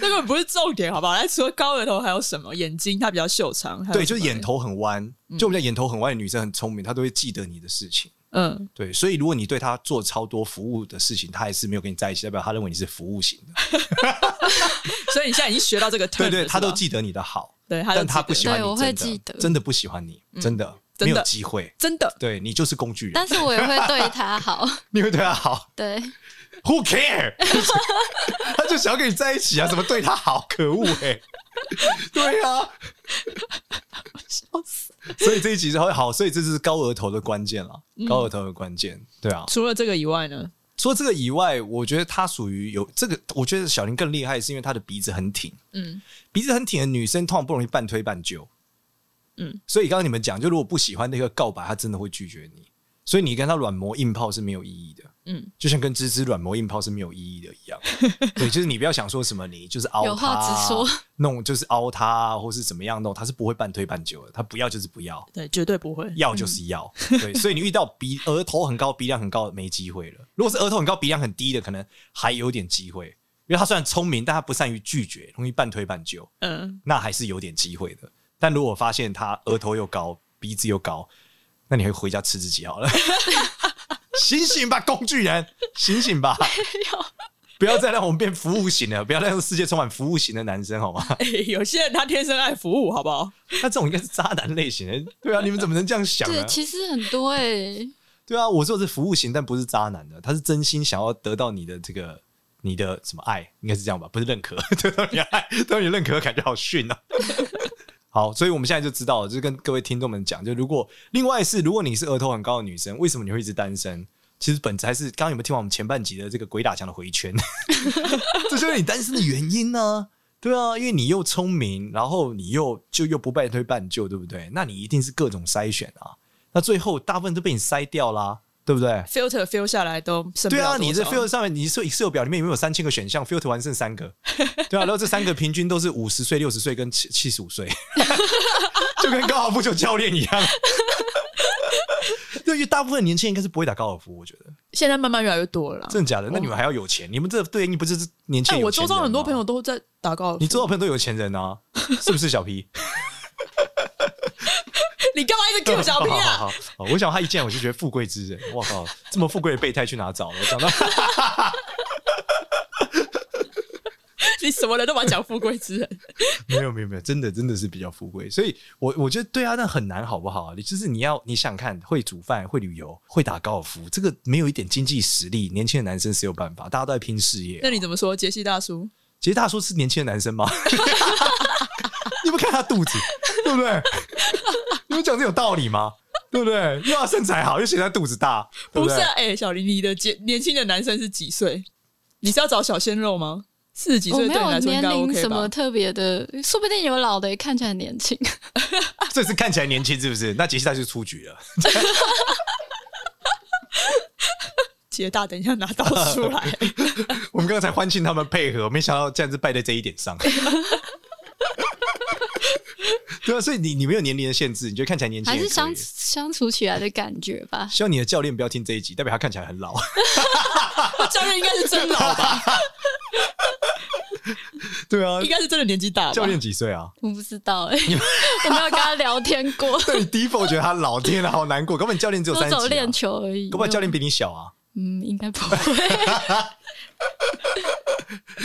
[SPEAKER 1] 那个不是重点，好不好？来，除了高额头还有什么？眼睛它比较秀长，还有
[SPEAKER 3] 对，
[SPEAKER 1] 什
[SPEAKER 3] 就
[SPEAKER 1] 么
[SPEAKER 3] 是眼。头很弯，就我们讲眼头很弯的女生很聪明，她都会记得你的事情。
[SPEAKER 1] 嗯，
[SPEAKER 3] 对，所以如果你对她做超多服务的事情，她还是没有跟你在一起，代表她认为你是服务型的。
[SPEAKER 1] 所以你现在已经学到这个 term 了，
[SPEAKER 3] 对对，
[SPEAKER 1] 是吧啊
[SPEAKER 3] 她都，记得你的好，
[SPEAKER 1] 对，他都
[SPEAKER 3] 但
[SPEAKER 1] 记
[SPEAKER 3] 她
[SPEAKER 1] 得嗯
[SPEAKER 3] 不喜欢你，
[SPEAKER 2] 对我
[SPEAKER 3] 真的
[SPEAKER 2] 会记得
[SPEAKER 3] 真的不喜欢你，真的、
[SPEAKER 1] 真
[SPEAKER 3] 没
[SPEAKER 1] 的
[SPEAKER 3] 有机会，
[SPEAKER 1] 真的
[SPEAKER 3] 对你就是工具人，
[SPEAKER 2] 但是我也会对他好。
[SPEAKER 3] 你会对她好
[SPEAKER 2] 对，
[SPEAKER 3] ，Who care？她就想要跟你在一起啊，怎么对她好？可恶哎、对啊，
[SPEAKER 1] 笑死。
[SPEAKER 3] 所以这一集是好，所以这是高额头的关键了，
[SPEAKER 2] 嗯
[SPEAKER 3] 高额头的关键，对啊。
[SPEAKER 1] 除了这个以外呢，
[SPEAKER 3] 除了这个以外，我觉得他属于有这个，我觉得小林更厉害，是因为她的鼻子很挺，
[SPEAKER 1] 嗯，
[SPEAKER 3] 鼻子很挺的女生通常不容易半推半就，
[SPEAKER 1] 嗯，
[SPEAKER 3] 所以刚刚你们讲，就如果不喜欢那个告白，她真的会拒绝你，所以你跟她软磨硬泡是没有意义的，
[SPEAKER 1] 嗯，
[SPEAKER 3] 就像跟芝芝软磨硬泡是没有意义的一 样，对，就是你不要想说什么，你就是凹她，
[SPEAKER 2] 有话直说，
[SPEAKER 3] 弄就是凹她，或是怎么样弄，她是不会半推半就的，她不要就是不要，
[SPEAKER 1] 对，绝对不会。
[SPEAKER 3] 要就是要，
[SPEAKER 2] 嗯
[SPEAKER 3] 对，所以你遇到鼻额头很高、鼻梁很高的没机会了。如果是额头很高、鼻梁很低的，可能还有点机会。因为他虽然聪明，但他不善于拒绝，容易半推半就，
[SPEAKER 1] 嗯，
[SPEAKER 3] 那还是有点机会的。但如果发现他额头又高，鼻子又高，那你会回家吃自己好了。醒醒吧，工具人，醒醒吧！不要再让我们变服务型了，不要再让世界充满服务型的男生，好吗？
[SPEAKER 1] 哎有些人他天生爱服务，好不好？
[SPEAKER 3] 那这种应该是渣男类型的，对啊，你们怎么能这样想
[SPEAKER 2] 对，
[SPEAKER 3] 呢？
[SPEAKER 2] 其实很多哎、
[SPEAKER 3] 对啊，我说的是服务型，但不是渣男的，他是真心想要得到你的这个你的什么爱，应该是这样吧？不是认可， 得到你的爱，得到你的认可，感觉好逊啊。 好，所以我们现在就知道了，就是跟各位听众们讲，就如果另外是，如果你是额头很高的女生，为什么你会一直单身？其实本质还是刚刚有没有听完我们前半集的这个鬼打墙的回圈？ 这就是你单身的原因呢、对啊，因为你又聪明，然后你又就又不半推半就，对不对？那你一定是各种筛选啊。那最后大部分都被你筛掉啦，对不对？
[SPEAKER 1] filter feel 下来都剩不
[SPEAKER 3] 对
[SPEAKER 1] 了
[SPEAKER 3] 啊，
[SPEAKER 1] 多
[SPEAKER 3] 你这
[SPEAKER 1] 少
[SPEAKER 3] filter 上面，你说 Excel 表里面有没有三千个选项？filter 完剩三个，对啊，然后这三个平均都是五十岁、六十岁跟七七十五岁， 就跟高尔夫球教练一样。 对，因为大部分年轻人应该是不会打高尔夫，我觉得
[SPEAKER 1] 现在慢慢越来越多了啦。
[SPEAKER 3] 真的假的？那你们还要有钱？你们这对应不是年轻
[SPEAKER 1] 哎，
[SPEAKER 3] 人、
[SPEAKER 1] 我周遭很多朋友，都在打高尔夫
[SPEAKER 3] 你周遭朋友都有钱人啊，是不是小 P？
[SPEAKER 1] 你干嘛 一直 Q 小 P
[SPEAKER 3] 好
[SPEAKER 1] 啊？
[SPEAKER 3] 好好好我想他一见我就觉得富贵之人，我靠，这么富贵的备胎去哪找？我想到。
[SPEAKER 1] 你什么人都把讲富贵之 人，
[SPEAKER 3] 没有没有没有，真的真的是比较富贵，所以我我觉得对啊，那很难好不好？你就是你要你想想看，会煮饭、会旅游、会打高尔夫，这个没有一点经济实力，年轻的男生是有办法，大家都在拼事业啊、
[SPEAKER 1] 那你怎么说？杰西大叔，
[SPEAKER 3] 其实大叔是年轻的男生吗？你们看他肚子，对不对？你们讲这有道理吗？对不对？又要身材好，又嫌他肚子大，对
[SPEAKER 1] 不
[SPEAKER 3] 对
[SPEAKER 1] 是啊哎，小林，你的年年轻的男生是几岁？你是要找小鲜肉吗？四十几
[SPEAKER 2] 我
[SPEAKER 1] 岁
[SPEAKER 2] 哦没
[SPEAKER 1] 对你
[SPEAKER 2] 有
[SPEAKER 1] 来说应
[SPEAKER 2] 年
[SPEAKER 1] 该
[SPEAKER 2] 龄
[SPEAKER 1] OK
[SPEAKER 2] 什么
[SPEAKER 1] 吧？
[SPEAKER 2] 特别的，说不定有老的也看起来很年轻。
[SPEAKER 1] 啊
[SPEAKER 3] 这是看起来年轻是不是？那杰西大就出局了。
[SPEAKER 1] 杰大，等一下拿刀出 来。
[SPEAKER 3] 我们刚才欢庆他们配合，没想到竟然是败在这一点上。 对啊，所以你你没有年龄的限制，你觉得看起来年轻
[SPEAKER 2] 还
[SPEAKER 3] 也可
[SPEAKER 2] 是
[SPEAKER 3] 以
[SPEAKER 2] 相相处起来的感觉吧。
[SPEAKER 3] 希望你的教练不要听这一集，代表他看 起来 很老。
[SPEAKER 1] 教练应该是真老吧？
[SPEAKER 3] 对啊
[SPEAKER 1] 应，该是真的年纪大吧？
[SPEAKER 3] 教练几岁啊？
[SPEAKER 2] 我不知道哎、我没有跟他聊天过，
[SPEAKER 3] 对你第一 t 觉得他老，天啊，好难过。根本教练只有
[SPEAKER 2] 都
[SPEAKER 3] 三十、
[SPEAKER 2] 走
[SPEAKER 3] 啊，
[SPEAKER 2] 练球而已。
[SPEAKER 3] 搞不好教练比你小啊，
[SPEAKER 2] 嗯，应该不会。
[SPEAKER 1] 啊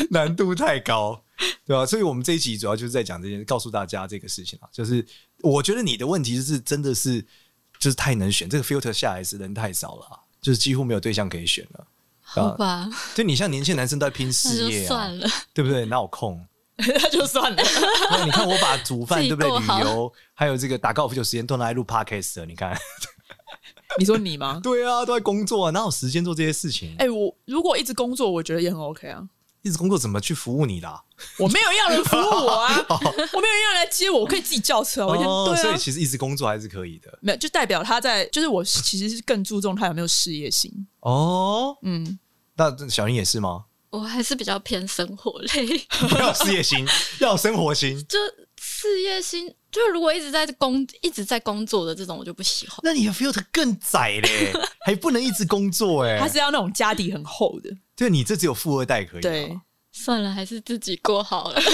[SPEAKER 3] 难度太高，对啊，所以我们这一集主要就是在讲这件，告诉大家这个事情啊，就是我觉得你的问题就是真的是就是太能选，这个 filter 下来是人太少了啊、就是几乎没有对象可以选了。
[SPEAKER 2] 好吧，
[SPEAKER 3] 对你像年轻男生都在拼
[SPEAKER 2] 那
[SPEAKER 3] 事
[SPEAKER 2] 就
[SPEAKER 3] 业、啊，
[SPEAKER 2] 算了。
[SPEAKER 3] 对不对？哪有空？
[SPEAKER 1] 那就算了。
[SPEAKER 3] 那你看我把煮饭，
[SPEAKER 2] 自己
[SPEAKER 3] 对不对？
[SPEAKER 2] 过好
[SPEAKER 3] 旅游还有这个打高尔夫球时间都拿来录 podcast 了，你看，
[SPEAKER 1] 你说你吗？
[SPEAKER 3] 对啊，都在工作啊，哪有时间做这些事情？
[SPEAKER 1] 哎、我如果一直工作，我觉得也很 OK 啊。
[SPEAKER 3] 一直工作怎么去服务你啦？
[SPEAKER 1] 我没有要人服务我啊， 我没有要人来接我，我可以自己叫车啊。
[SPEAKER 2] 哦
[SPEAKER 1] 我一天、对
[SPEAKER 3] 哦所
[SPEAKER 1] 啊
[SPEAKER 3] 以，其实一直工作还是可以的
[SPEAKER 1] 没有就代表他在，就是我其实是更注重他有没有事业心。
[SPEAKER 3] 哦。
[SPEAKER 1] 嗯，
[SPEAKER 3] 那小英也是 吗？
[SPEAKER 2] 我还是比较偏生活类，
[SPEAKER 3] 不要事业 心，要有生活心。
[SPEAKER 2] 就事业心。就如果一直在工一直在工作的这种，我就不喜欢。
[SPEAKER 3] 那你的 filter 更窄 嘞，还不能一直工作哎、
[SPEAKER 1] 他是要那种家底很厚的。
[SPEAKER 3] 对你这只有富二代可以、啊。
[SPEAKER 1] 对，
[SPEAKER 2] 算了，还是自己过好了。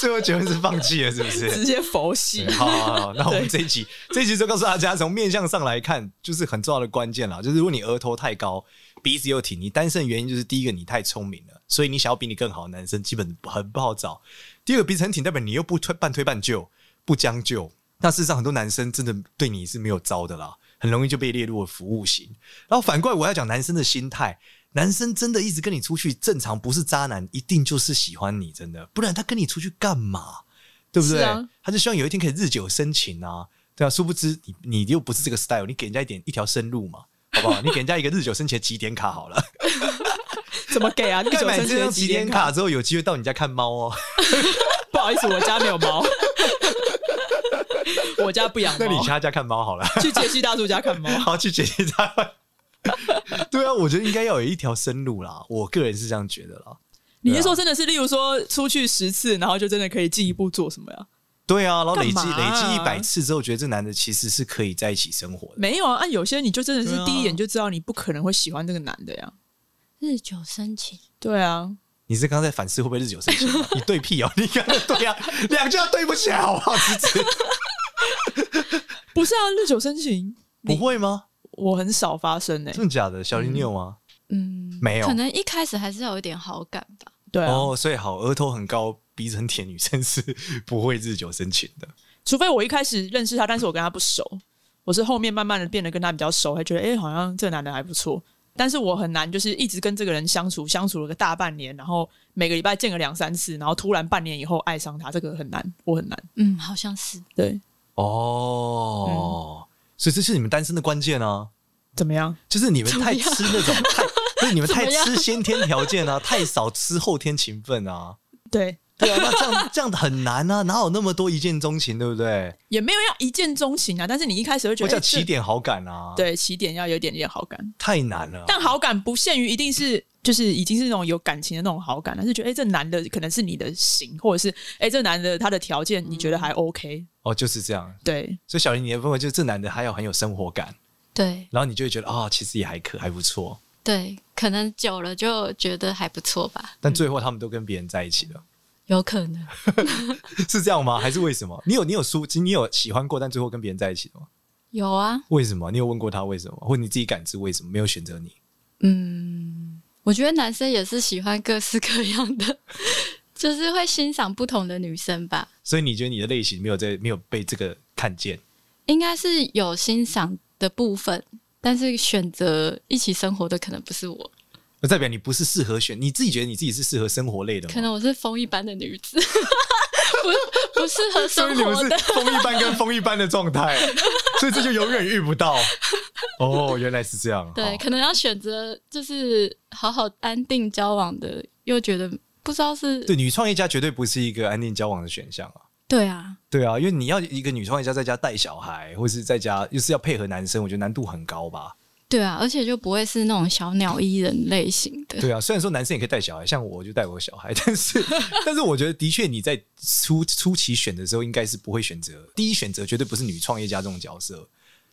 [SPEAKER 3] 最后结论是放弃了，是不是？
[SPEAKER 1] 直接佛系
[SPEAKER 3] 对。好好好，那我们这一集这一集就告诉大家，从面相上来看，就是很重要的关键啦。就是如果你额头太高，鼻子又挺，你单身的原因就是第一个你太聪明了，所以你想要比你更好的男生基本很不好找。第二个鼻子很挺，代表你又不推半推半就，不将就。那事实上很多男生真的对你是没有招的啦，很容易就被列入了服务型。然后反过来我要讲男生的心态。男生真的一直跟你出去，正常不是渣男，一定就是喜欢你，真的，不然他跟你出去干嘛？对不对？
[SPEAKER 1] 是啊
[SPEAKER 3] 他就希望有一天可以日久生情啊，对啊，殊不知你你又不是这个 style，你给人家一点一条生路嘛，好 不好？你给人家一个日久生情的几点卡 好了，
[SPEAKER 1] 怎么 给啊？日
[SPEAKER 3] 盖
[SPEAKER 1] 久
[SPEAKER 3] 满
[SPEAKER 1] 生
[SPEAKER 3] 这
[SPEAKER 1] 情的
[SPEAKER 3] 张几点
[SPEAKER 1] 点
[SPEAKER 3] 卡？之后，有机会到你家看猫哦。
[SPEAKER 1] 不好意思，我家没有猫，我家不养
[SPEAKER 3] 那你
[SPEAKER 1] 猫
[SPEAKER 3] 去。他家啊看猫好 了，
[SPEAKER 1] 去杰西大叔家看猫，
[SPEAKER 3] 好去解决他。 对啊，我觉得应该要有一条生路啦，我个人是这样觉得啦。
[SPEAKER 1] 你是说真的是，例如说出去十次，然后就真的可以进一步做什么呀？
[SPEAKER 3] 对啊，然后累积、
[SPEAKER 1] 干嘛
[SPEAKER 3] 累
[SPEAKER 1] 啊
[SPEAKER 3] 积一百次之后，觉得这男的其实是可以在一起生活的。
[SPEAKER 1] 没有啊，啊，有些你就真的
[SPEAKER 3] 对啊
[SPEAKER 1] 是第一眼就知道你不可能会喜欢这个男的呀。
[SPEAKER 2] 日久生情，
[SPEAKER 1] 对 啊，
[SPEAKER 3] 你是刚才反思会不会日久生情吗？你对屁哦，你刚才对啊，两句都对不起啊来，好不好？芝芝，
[SPEAKER 1] 不是啊，日久生情，
[SPEAKER 3] 不会吗？
[SPEAKER 1] 我很少发生欸诶、
[SPEAKER 3] 真的假的？小林，你有吗？
[SPEAKER 2] 嗯，
[SPEAKER 3] 没有
[SPEAKER 2] 可能一开始还是要有一点好感吧。
[SPEAKER 1] 对啊，
[SPEAKER 3] 哦，所以好，额头很高，鼻子很甜，女生是不会日久生情的。
[SPEAKER 1] 除非我一开始认识他，但是我跟他不熟，我是后面慢慢的变得跟他比较熟，还觉得哎、诶好像这个男的还不错。但是我很难，就是一直跟这个人相处，相处了个大半年，然后每个礼拜见个两三次，然后突然半年以后爱上他，这个很难，我很难。
[SPEAKER 2] 嗯，好像是。
[SPEAKER 1] 对，
[SPEAKER 3] 哦，所以这是你们单身的关键啊，
[SPEAKER 1] 怎么样？
[SPEAKER 3] 就是你们太
[SPEAKER 2] 怎么样
[SPEAKER 3] 吃那种太， 不是你们太
[SPEAKER 2] 怎么样
[SPEAKER 3] 吃先天条件啊，太少吃后天情分啊。
[SPEAKER 1] 对，
[SPEAKER 3] 对啊，那这样 这样很难啊，哪有那么多一见钟情，对不对？
[SPEAKER 1] 也没有要一见钟情啊，但是你一开始会觉
[SPEAKER 3] 或
[SPEAKER 1] 得
[SPEAKER 3] 叫
[SPEAKER 1] 诶这
[SPEAKER 3] 起点好感啊，，
[SPEAKER 1] 对起点要有一点点好感，
[SPEAKER 3] 太难了啊。
[SPEAKER 1] 但好感不限于一定是就是已经是那种有感情的那种好感，而是觉得哎、诶这男的可能是你的型，或者是哎、诶这男的他的条件你觉得还 OK，、
[SPEAKER 3] 哦，就是这样。
[SPEAKER 1] 对
[SPEAKER 3] 所以小林，你的氛围就是这男的还有很有生活感，
[SPEAKER 2] 对
[SPEAKER 3] 然后你就会觉得啊、其实也还可还不错。
[SPEAKER 2] 对，可能久了就觉得还不错吧，
[SPEAKER 1] 嗯
[SPEAKER 3] 但最后他们都跟别人在一起了，
[SPEAKER 2] 有可能。
[SPEAKER 3] 是这样吗？还是为什么？你有你有舒，你有喜欢过，但最后跟别人在一起的吗？
[SPEAKER 2] 有啊，
[SPEAKER 3] 为什么？你有问过他为什么，或你自己感知为什么没有选择你？
[SPEAKER 2] 嗯，我觉得男生也是喜欢各式各样的， 就是会欣赏不同的女生吧。
[SPEAKER 3] 所以你觉得你的类型没有在没有被这个看见？
[SPEAKER 2] 应该是有欣赏的部分，但是选择一起生活的可能不是我，
[SPEAKER 3] 那代表你不是适合选，你自己觉得你自己是适合生活类的吗？
[SPEAKER 2] 可能我是风一般的女子， 不不适合
[SPEAKER 3] 所以
[SPEAKER 2] 生
[SPEAKER 3] 你们
[SPEAKER 2] 活
[SPEAKER 3] 是
[SPEAKER 2] 的。
[SPEAKER 3] 风一般跟风一般的状态， 所以这就永远遇不到。哦，原来是这样。
[SPEAKER 2] 对，
[SPEAKER 3] 好
[SPEAKER 2] 可能要选择就是好好安定交往的，又觉得不知道是
[SPEAKER 3] 对，女创业家绝对不是一个安定交往的选项啊。
[SPEAKER 2] 对啊，
[SPEAKER 3] 对啊，因为你要一个女创业家在家带小孩，或是在家又是要配合男生，我觉得难度很高吧。
[SPEAKER 2] 对啊，而且就不会是那种小鸟依人类型的。
[SPEAKER 3] 对啊，虽然说男生也可以带小孩，像我就带我小孩， 但是但是我觉得的确你在初初期选的时候，应该是不会选择第一选择绝对不是女创业家这种角色。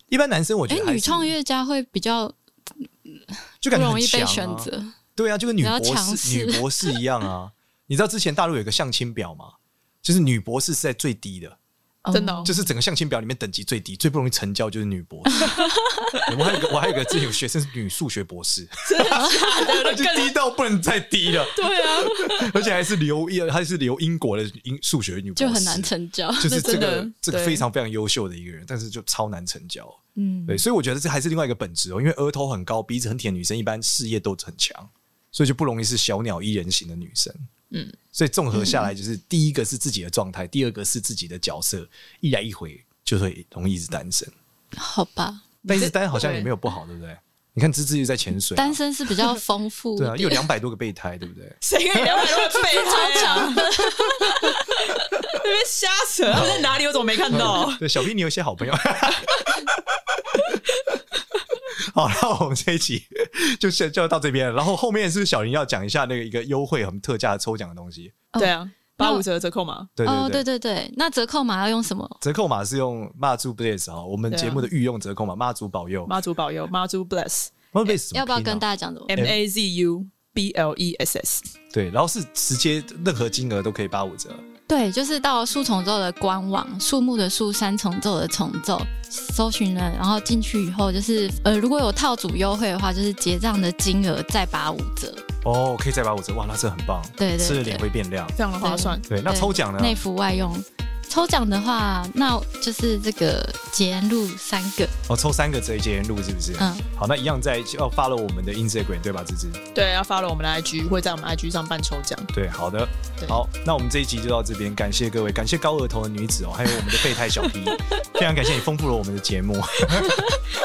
[SPEAKER 3] 一般男生我觉
[SPEAKER 2] 哎
[SPEAKER 3] 得、，
[SPEAKER 2] 女创业家会比较
[SPEAKER 3] 就
[SPEAKER 2] 不
[SPEAKER 3] 感觉
[SPEAKER 2] 容
[SPEAKER 3] 很
[SPEAKER 2] 易被
[SPEAKER 3] 强啊
[SPEAKER 2] 选择，
[SPEAKER 3] 对啊，就跟女
[SPEAKER 2] 比较
[SPEAKER 3] 博
[SPEAKER 2] 强
[SPEAKER 3] 士
[SPEAKER 2] 势
[SPEAKER 3] 女博士一样 啊。你知道之前大陆有个相亲表吗？就是女博士是在最低的，
[SPEAKER 2] 哦
[SPEAKER 1] 真的哦
[SPEAKER 3] 就是整个相亲表里面等级最低，最不容易成交就是女博 士。我还有一个，我还有一个之前有学生是女数学博士，那 就低到不能再低了，
[SPEAKER 1] 对啊，
[SPEAKER 3] 而且还是留还是留英国的英数学女博士，
[SPEAKER 2] 就很难成交。
[SPEAKER 3] 哦 就是啊这
[SPEAKER 1] 那真
[SPEAKER 3] 个
[SPEAKER 1] 的
[SPEAKER 3] 这个
[SPEAKER 1] 对
[SPEAKER 3] 非常非常优秀的一个人，但是就超难成交。
[SPEAKER 2] 嗯，
[SPEAKER 3] 对，所以我觉得这还是另外一个本质哦，因为额头很高、鼻子很甜的女生，一般事业都很强，所以就不容易是小鸟依人型的女生。
[SPEAKER 1] 嗯，
[SPEAKER 3] 所以综合下来，就是第一个是自己的状态，第二个是自己的角色，一来一回就会容易一直单身。
[SPEAKER 2] 好吧，
[SPEAKER 3] 但是
[SPEAKER 1] 这
[SPEAKER 3] 单身好像也
[SPEAKER 1] 嗯对
[SPEAKER 3] 没有不好，对不对？你看芝芝又在潜水啊、
[SPEAKER 2] 单身是比较丰富
[SPEAKER 3] 对啊，
[SPEAKER 2] 的，
[SPEAKER 3] 又有两百多个备胎，对不对？
[SPEAKER 1] 谁跟你聊百多备
[SPEAKER 2] 超
[SPEAKER 1] 胎啊？
[SPEAKER 2] 强的。
[SPEAKER 1] 那边瞎扯， 他们在哪里？我怎么没看 到？
[SPEAKER 2] 哦
[SPEAKER 3] 对，小 P 你有一些好朋友。 好，那我们这一期就先就到这边了。然后后面是不是小林要讲一下那个一个优惠很特价的抽奖的东西？
[SPEAKER 1] 对啊，八五折折扣码，
[SPEAKER 3] 对对
[SPEAKER 2] 哦，对对对，那折扣码要用什么？
[SPEAKER 3] 折扣码是用骂猪 bless 哈，我们
[SPEAKER 1] 对啊
[SPEAKER 3] 节目的御用折扣码，骂猪保佑，
[SPEAKER 1] 妈祖保佑，妈祖 bless
[SPEAKER 3] 骂猪 bless 怎么拼啊
[SPEAKER 2] 要不要跟大家讲怎么？
[SPEAKER 1] M A Z U B L E S S。
[SPEAKER 3] 对，然后是直接任何金额都可以八五折，
[SPEAKER 2] 对，就是到树重奏的官网，树木的树，三重奏的重奏，搜寻了，然后进去以后就是，呃，如果有套组优惠的话，就是结账的金额再打五折。
[SPEAKER 3] 哦，可以再八五折，哇，那这很棒，
[SPEAKER 2] 对对对
[SPEAKER 3] 吃了脸会变亮，
[SPEAKER 1] E 这样的划算。
[SPEAKER 3] 对，那
[SPEAKER 2] 对
[SPEAKER 3] 抽奖呢？
[SPEAKER 2] 内服外用。抽奖的话，那就是这个节录三个，
[SPEAKER 3] 哦，抽三个折一节录是不是？
[SPEAKER 2] 嗯，
[SPEAKER 3] 好，那一样在要发了我们的 Instagram 对吧，芝芝？
[SPEAKER 1] 对，要发了我们的 IG，会在我们 IG 上办抽奖。
[SPEAKER 3] 对，好的，
[SPEAKER 1] 对
[SPEAKER 3] 好，那我们这一集就到这边，感谢各位，感谢高额头的女子哦，还有我们的备胎小 P，非常感谢你丰富了我们的节目，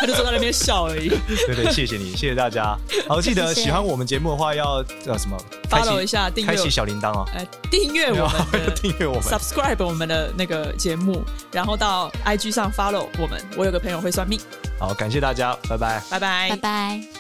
[SPEAKER 1] 他就坐在那边笑而 已。
[SPEAKER 3] 对对，谢谢你，谢谢大家，好，记得
[SPEAKER 2] 谢谢
[SPEAKER 3] 喜欢我们节目的话要呃什么，开
[SPEAKER 1] follow 一
[SPEAKER 3] 启
[SPEAKER 1] 下，订
[SPEAKER 3] 开
[SPEAKER 1] 阅
[SPEAKER 3] 启，小铃铛哦。
[SPEAKER 1] 呃，订阅我们的
[SPEAKER 3] 订阅我们。
[SPEAKER 1] subscribe 我们的那个节目，然后到 IG 上 follow 我们。我有个朋友会算命，
[SPEAKER 3] 好，感谢大家，拜拜。
[SPEAKER 1] 拜拜
[SPEAKER 2] 拜拜。